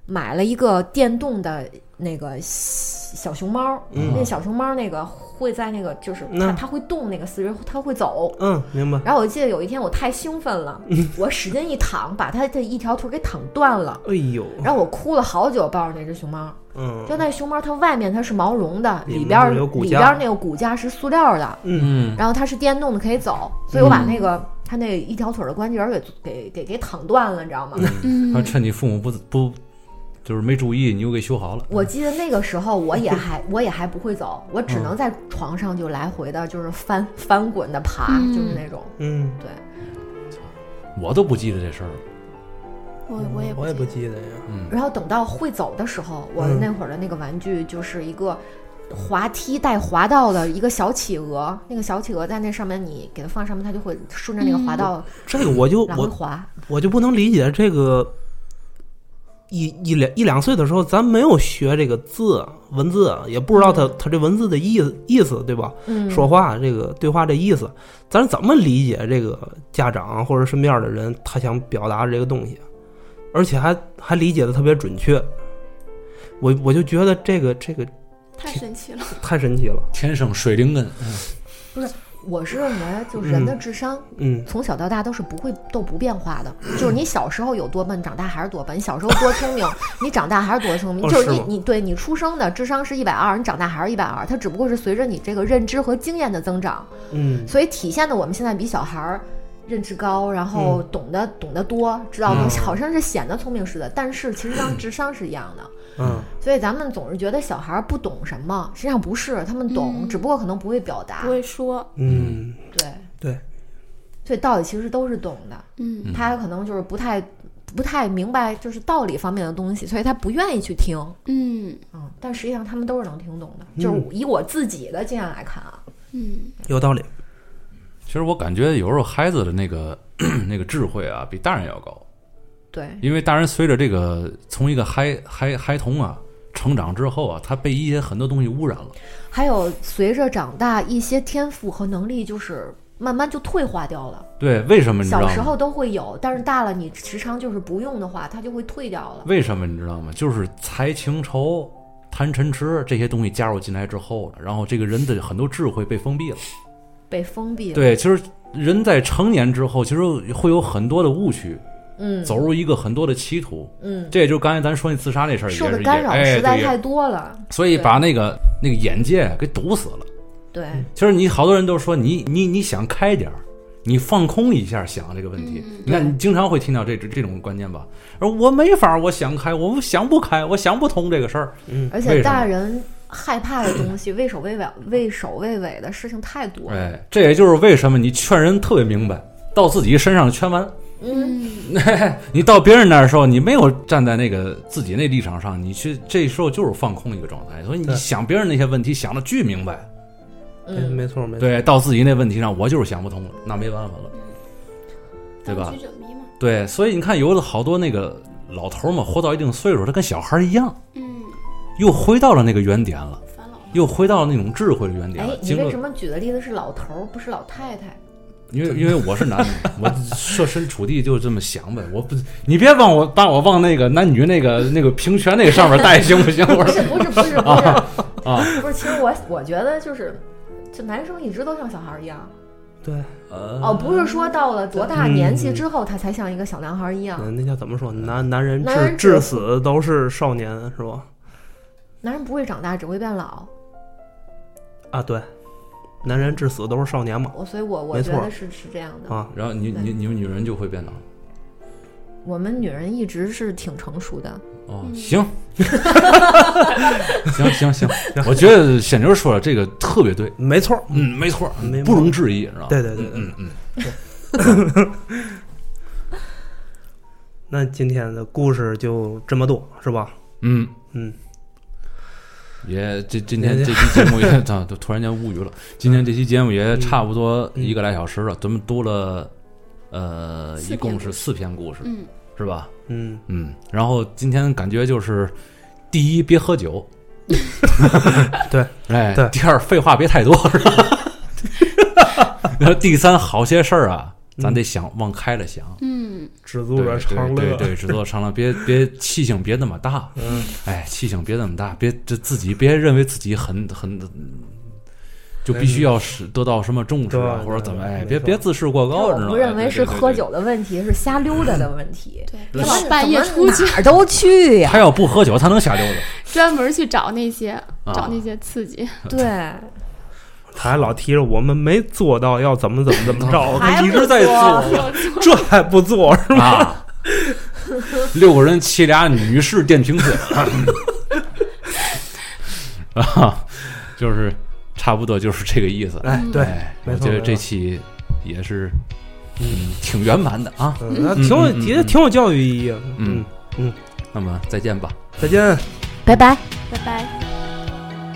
Speaker 3: 买了一个电动的那个小熊猫，
Speaker 1: 嗯
Speaker 3: 那小熊猫那个会在那个就是它
Speaker 1: 那
Speaker 3: 它会动那个四肢，它会走。
Speaker 1: 嗯，明白。
Speaker 3: 然后我记得有一天我太兴奋 了，我使劲一躺，把它的一条腿给躺断了。
Speaker 1: 哎呦，
Speaker 3: 然后我哭了好久，抱着那只熊猫。
Speaker 1: 嗯
Speaker 3: 就那熊猫，它外面它是毛绒的，
Speaker 1: 里
Speaker 3: 里
Speaker 1: 面
Speaker 3: 边儿
Speaker 1: 有骨
Speaker 3: 里
Speaker 1: 架
Speaker 3: 边儿那个骨架是塑料的，
Speaker 1: 嗯
Speaker 2: 嗯，
Speaker 3: 然后它是电动的，可以走。所以我把
Speaker 2: 嗯
Speaker 3: 那个、它那一条腿儿的关节儿给给给给躺断了，你知道吗？
Speaker 2: 还
Speaker 4: 嗯
Speaker 2: 趁你父母不不就是没注意，你又给修好了。
Speaker 3: 我记得那个时候，我也 还我也还不会走，我只能在床上就来回的，就是翻翻滚的爬，
Speaker 4: 嗯
Speaker 3: 就是那种。
Speaker 1: 嗯，
Speaker 3: 对，
Speaker 2: 我都不记得这事儿了。
Speaker 4: 我我也
Speaker 1: 我也不
Speaker 4: 不记
Speaker 1: 记得呀。
Speaker 2: 嗯，
Speaker 3: 然后等到会走的时候，我
Speaker 1: 嗯
Speaker 3: 那会儿的那个玩具就是一个滑梯带滑道的一个小企鹅，那个小企鹅在那上面，你给它放上面，它就会顺着那个滑道
Speaker 1: 这个我就
Speaker 4: 嗯
Speaker 3: 来回
Speaker 1: 我
Speaker 3: 滑。
Speaker 1: 我就不能理解这个一一两一两岁的时候，咱没有学这个字文字，啊也不知道
Speaker 4: 嗯
Speaker 1: 他他这文字的意思意思，对吧？
Speaker 3: 嗯，
Speaker 1: 说话这个对话这意思，咱怎么理解这个家长或者身边的人他想表达这个东西，而且还还理解的特别准确。我我就觉得这个这个
Speaker 4: 得，太神奇了。
Speaker 1: 太神奇了，
Speaker 2: 天生水灵根，
Speaker 3: 我是认为，就人的智商、
Speaker 1: 嗯
Speaker 3: 从小到大都是不会都不变 化的，就是你小时候有多笨，长大还是多笨；你小时候多聪 明，你长大还是多聪明。
Speaker 1: 哦
Speaker 3: 就是
Speaker 1: 是
Speaker 3: 你
Speaker 1: 吗
Speaker 3: 你对你出生的智商是一百二，你长大还是一百二，它只不过是随着你这个认知和经验的增长，
Speaker 1: 嗯
Speaker 3: 所以体现的我们现在比小孩儿。认知高，然后懂得、懂得多，知道
Speaker 1: 嗯
Speaker 3: 好像是显得聪明似的，但是其实上智商是一样的。
Speaker 1: 嗯
Speaker 3: 所以咱们总是觉得小孩儿不懂什么，实际上不是，他们懂，
Speaker 4: 嗯
Speaker 3: 只不过可能不会表达。
Speaker 4: 不会说，
Speaker 1: 嗯
Speaker 3: 对
Speaker 1: 对，
Speaker 3: 所以道理其实都是懂的，
Speaker 4: 嗯
Speaker 3: 他可能就是不太不太明白就是道理方面的东西，所以他不愿意去听。
Speaker 4: 嗯
Speaker 3: 嗯，但实际上他们都是能听懂的，
Speaker 2: 嗯
Speaker 3: 就是以我自己的经验来看啊，
Speaker 4: 嗯
Speaker 1: 有道理，
Speaker 2: 其实我感觉有时候孩子的那个 那个智慧啊，比大人要高，
Speaker 3: 对，
Speaker 2: 因为大人随着这个从一个孩孩孩童啊成长之后啊，他被一些很多东西污染了。
Speaker 3: 还有随着长大，一些天赋和能力就是。慢慢就退化掉了，
Speaker 2: 对，为什么你知道
Speaker 3: 小
Speaker 2: 吗？
Speaker 3: 时候都会有，但是大了你时常就是不用的话，它就会退掉了。
Speaker 2: 为什么你知道吗？就是财情仇、贪嗔痴这些东西加入进来之后，然后这个人的很多智慧被封闭了。
Speaker 3: 被封闭了。，
Speaker 2: 对，其实人在成年之后，其实会有很多的误区，
Speaker 3: 嗯
Speaker 2: 走入一个很多的歧途。
Speaker 3: 嗯，
Speaker 2: 这也就刚才咱说那自杀那事儿，也
Speaker 3: 受的
Speaker 2: 是
Speaker 3: 干
Speaker 2: 也
Speaker 3: 扰
Speaker 2: 哎
Speaker 3: 实在
Speaker 2: 对
Speaker 3: 太多了。
Speaker 2: 所以把那个那个眼界给堵死了。
Speaker 3: 对，
Speaker 2: 其实你好多人都说你你你想开点儿，你放空一下想这个问
Speaker 3: 嗯
Speaker 2: 题。你看你经常会听到这这这种观念吧？而我没法儿，我想开，我想不开，我想不通这个事儿。
Speaker 3: 而
Speaker 2: 为
Speaker 3: 且
Speaker 2: 什
Speaker 3: 大
Speaker 2: 么
Speaker 3: 人害怕的东西，畏首畏尾、畏首畏尾的事情太多了。
Speaker 2: 哎，这也就是为什么你劝人特别明白，到自己身上圈完。
Speaker 4: 嗯
Speaker 2: 你到别人那儿的时候，你没有站在那个自己那立场上，你去这时候就是放空一个状态。所以你
Speaker 1: 对
Speaker 2: 想别人那些问题想的巨明白，
Speaker 1: 没
Speaker 3: 嗯，
Speaker 1: 哎没错没错，
Speaker 2: 对，到自己那问题上我就是想不通了，那没办法了，对吧
Speaker 4: 当局者迷嘛。
Speaker 2: 对。所以你看，有的好多那个老头儿嘛，活到一定岁数，他跟小孩儿一样，
Speaker 4: 嗯，
Speaker 2: 又回到了那个原点了，
Speaker 4: 返老还
Speaker 2: 又回到那种智慧的原点
Speaker 3: 哎
Speaker 2: 了。，
Speaker 3: 你
Speaker 2: 经
Speaker 3: 为
Speaker 2: 过
Speaker 3: 什，么举的例子是老头儿，不是老太太？
Speaker 2: 因为因为我是男的，我设身处地就这么想呗。我不，你别往我把我往那个男女那个那个平权那个上面带，行不行？我
Speaker 3: 不是，
Speaker 2: 说
Speaker 3: 不是，不是，不是，
Speaker 2: 啊。
Speaker 3: 不是。其实我我觉得就是。就男生一直都像小孩儿一样
Speaker 1: 对，
Speaker 2: 呃
Speaker 3: 哦，不是说到了多大
Speaker 1: 嗯
Speaker 3: 年纪之后他才像一个小男孩儿一样。
Speaker 1: 嗯，那叫怎么说？男男人
Speaker 3: 啊男人
Speaker 1: 至
Speaker 3: 至
Speaker 1: 至死都是少年，是吧？
Speaker 3: 男人不会长大，只会变老。
Speaker 1: 啊，对，男人至死都是少年嘛。
Speaker 3: 我所以我，我
Speaker 1: 没
Speaker 3: 觉
Speaker 1: 错
Speaker 3: 得是是这样的。
Speaker 1: 啊，
Speaker 2: 然后你你你们女人就会变老。
Speaker 3: 我们女人一直是挺成熟的，
Speaker 2: 哦，
Speaker 4: 嗯
Speaker 2: 行，行行行，我觉得显牛说的这个特别对，
Speaker 1: 没错儿，
Speaker 2: 嗯，没错，
Speaker 1: 没毛病
Speaker 2: 不容置疑，是吧？
Speaker 1: 对对对对。
Speaker 2: 嗯嗯，
Speaker 1: 那今天的故事就这么多，是吧？
Speaker 2: 嗯
Speaker 1: 嗯，
Speaker 2: 也这今天这期节目也啊，都突然间无语了。今天这期节目也差不多一个来小时了，咱们读了呃，
Speaker 4: 四
Speaker 2: 一
Speaker 4: 篇
Speaker 2: 共
Speaker 4: 故
Speaker 2: 是四篇故事，
Speaker 4: 嗯
Speaker 2: 是吧？
Speaker 1: 嗯，
Speaker 2: 嗯，然后今天感觉就是第一，别喝酒。
Speaker 1: 对，
Speaker 2: 哎，
Speaker 1: 对
Speaker 2: 第二，废话别太多， 是吧？然后第三，好些事儿啊，咱得想往开了想。
Speaker 4: 嗯，
Speaker 1: 知
Speaker 2: 对
Speaker 1: 足者常乐。
Speaker 2: 对对对，只做长乐，别别气性别那么大，
Speaker 1: 嗯，
Speaker 2: 哎，气性别那么大，别这自己别认为自己很很。就必须要是得到什么重视啊，
Speaker 1: 对
Speaker 2: 或者怎么
Speaker 1: 对
Speaker 2: 哎，
Speaker 1: 没
Speaker 2: 别
Speaker 1: 错
Speaker 2: 别自视过高，
Speaker 3: 我
Speaker 2: 知道吗？
Speaker 3: 不认为
Speaker 2: 对
Speaker 3: 是喝。
Speaker 2: 对对对
Speaker 3: 酒的问题，是瞎溜达的问题。
Speaker 4: 对，
Speaker 1: 嗯
Speaker 3: 他
Speaker 4: 他
Speaker 3: 老
Speaker 4: 老半夜
Speaker 3: 怎么
Speaker 4: 出去
Speaker 3: 哪儿都 去呀，
Speaker 2: 他要不喝酒，他能瞎溜达。
Speaker 4: 专门去找那些
Speaker 2: 啊
Speaker 4: 找那些刺激，
Speaker 3: 对，
Speaker 1: 他还老提着我们没做到要怎么怎么怎么着，我
Speaker 3: 还
Speaker 1: 们一
Speaker 3: 不
Speaker 1: 直在
Speaker 3: 做
Speaker 1: 做，这还不做是吧？
Speaker 2: 啊，六个人骑俩女士电瓶车， 啊，就是差不多就是这个意思。
Speaker 1: 哎，对，
Speaker 2: 哎，
Speaker 1: 没
Speaker 2: 我
Speaker 1: 错
Speaker 2: 觉得
Speaker 1: 没
Speaker 2: 这
Speaker 1: 错
Speaker 2: 期也是嗯挺圆满的啊。
Speaker 1: 嗯那挺有
Speaker 2: 嗯嗯
Speaker 1: 也挺有教育意义。
Speaker 2: 嗯
Speaker 1: 嗯，
Speaker 2: 那么再见吧。
Speaker 1: 再见。
Speaker 3: 拜拜。
Speaker 4: 拜拜。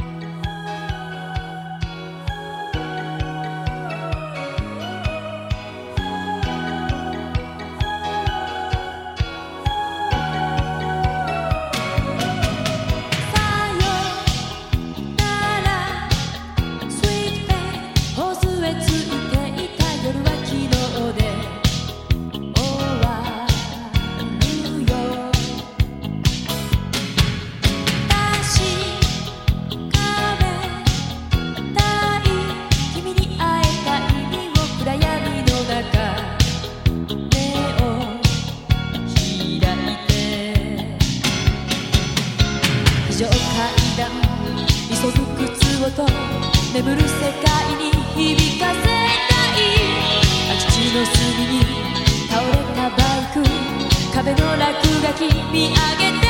Speaker 5: 「スイートホースへついていた夜は昨日で終わるよ」「確かめたい君に会えた意味を暗闇の中」「目を開いて」非常階段急ぐ靴音眠る世界に響かせたい空き地の隅に倒れたバイク壁の落書き見上げた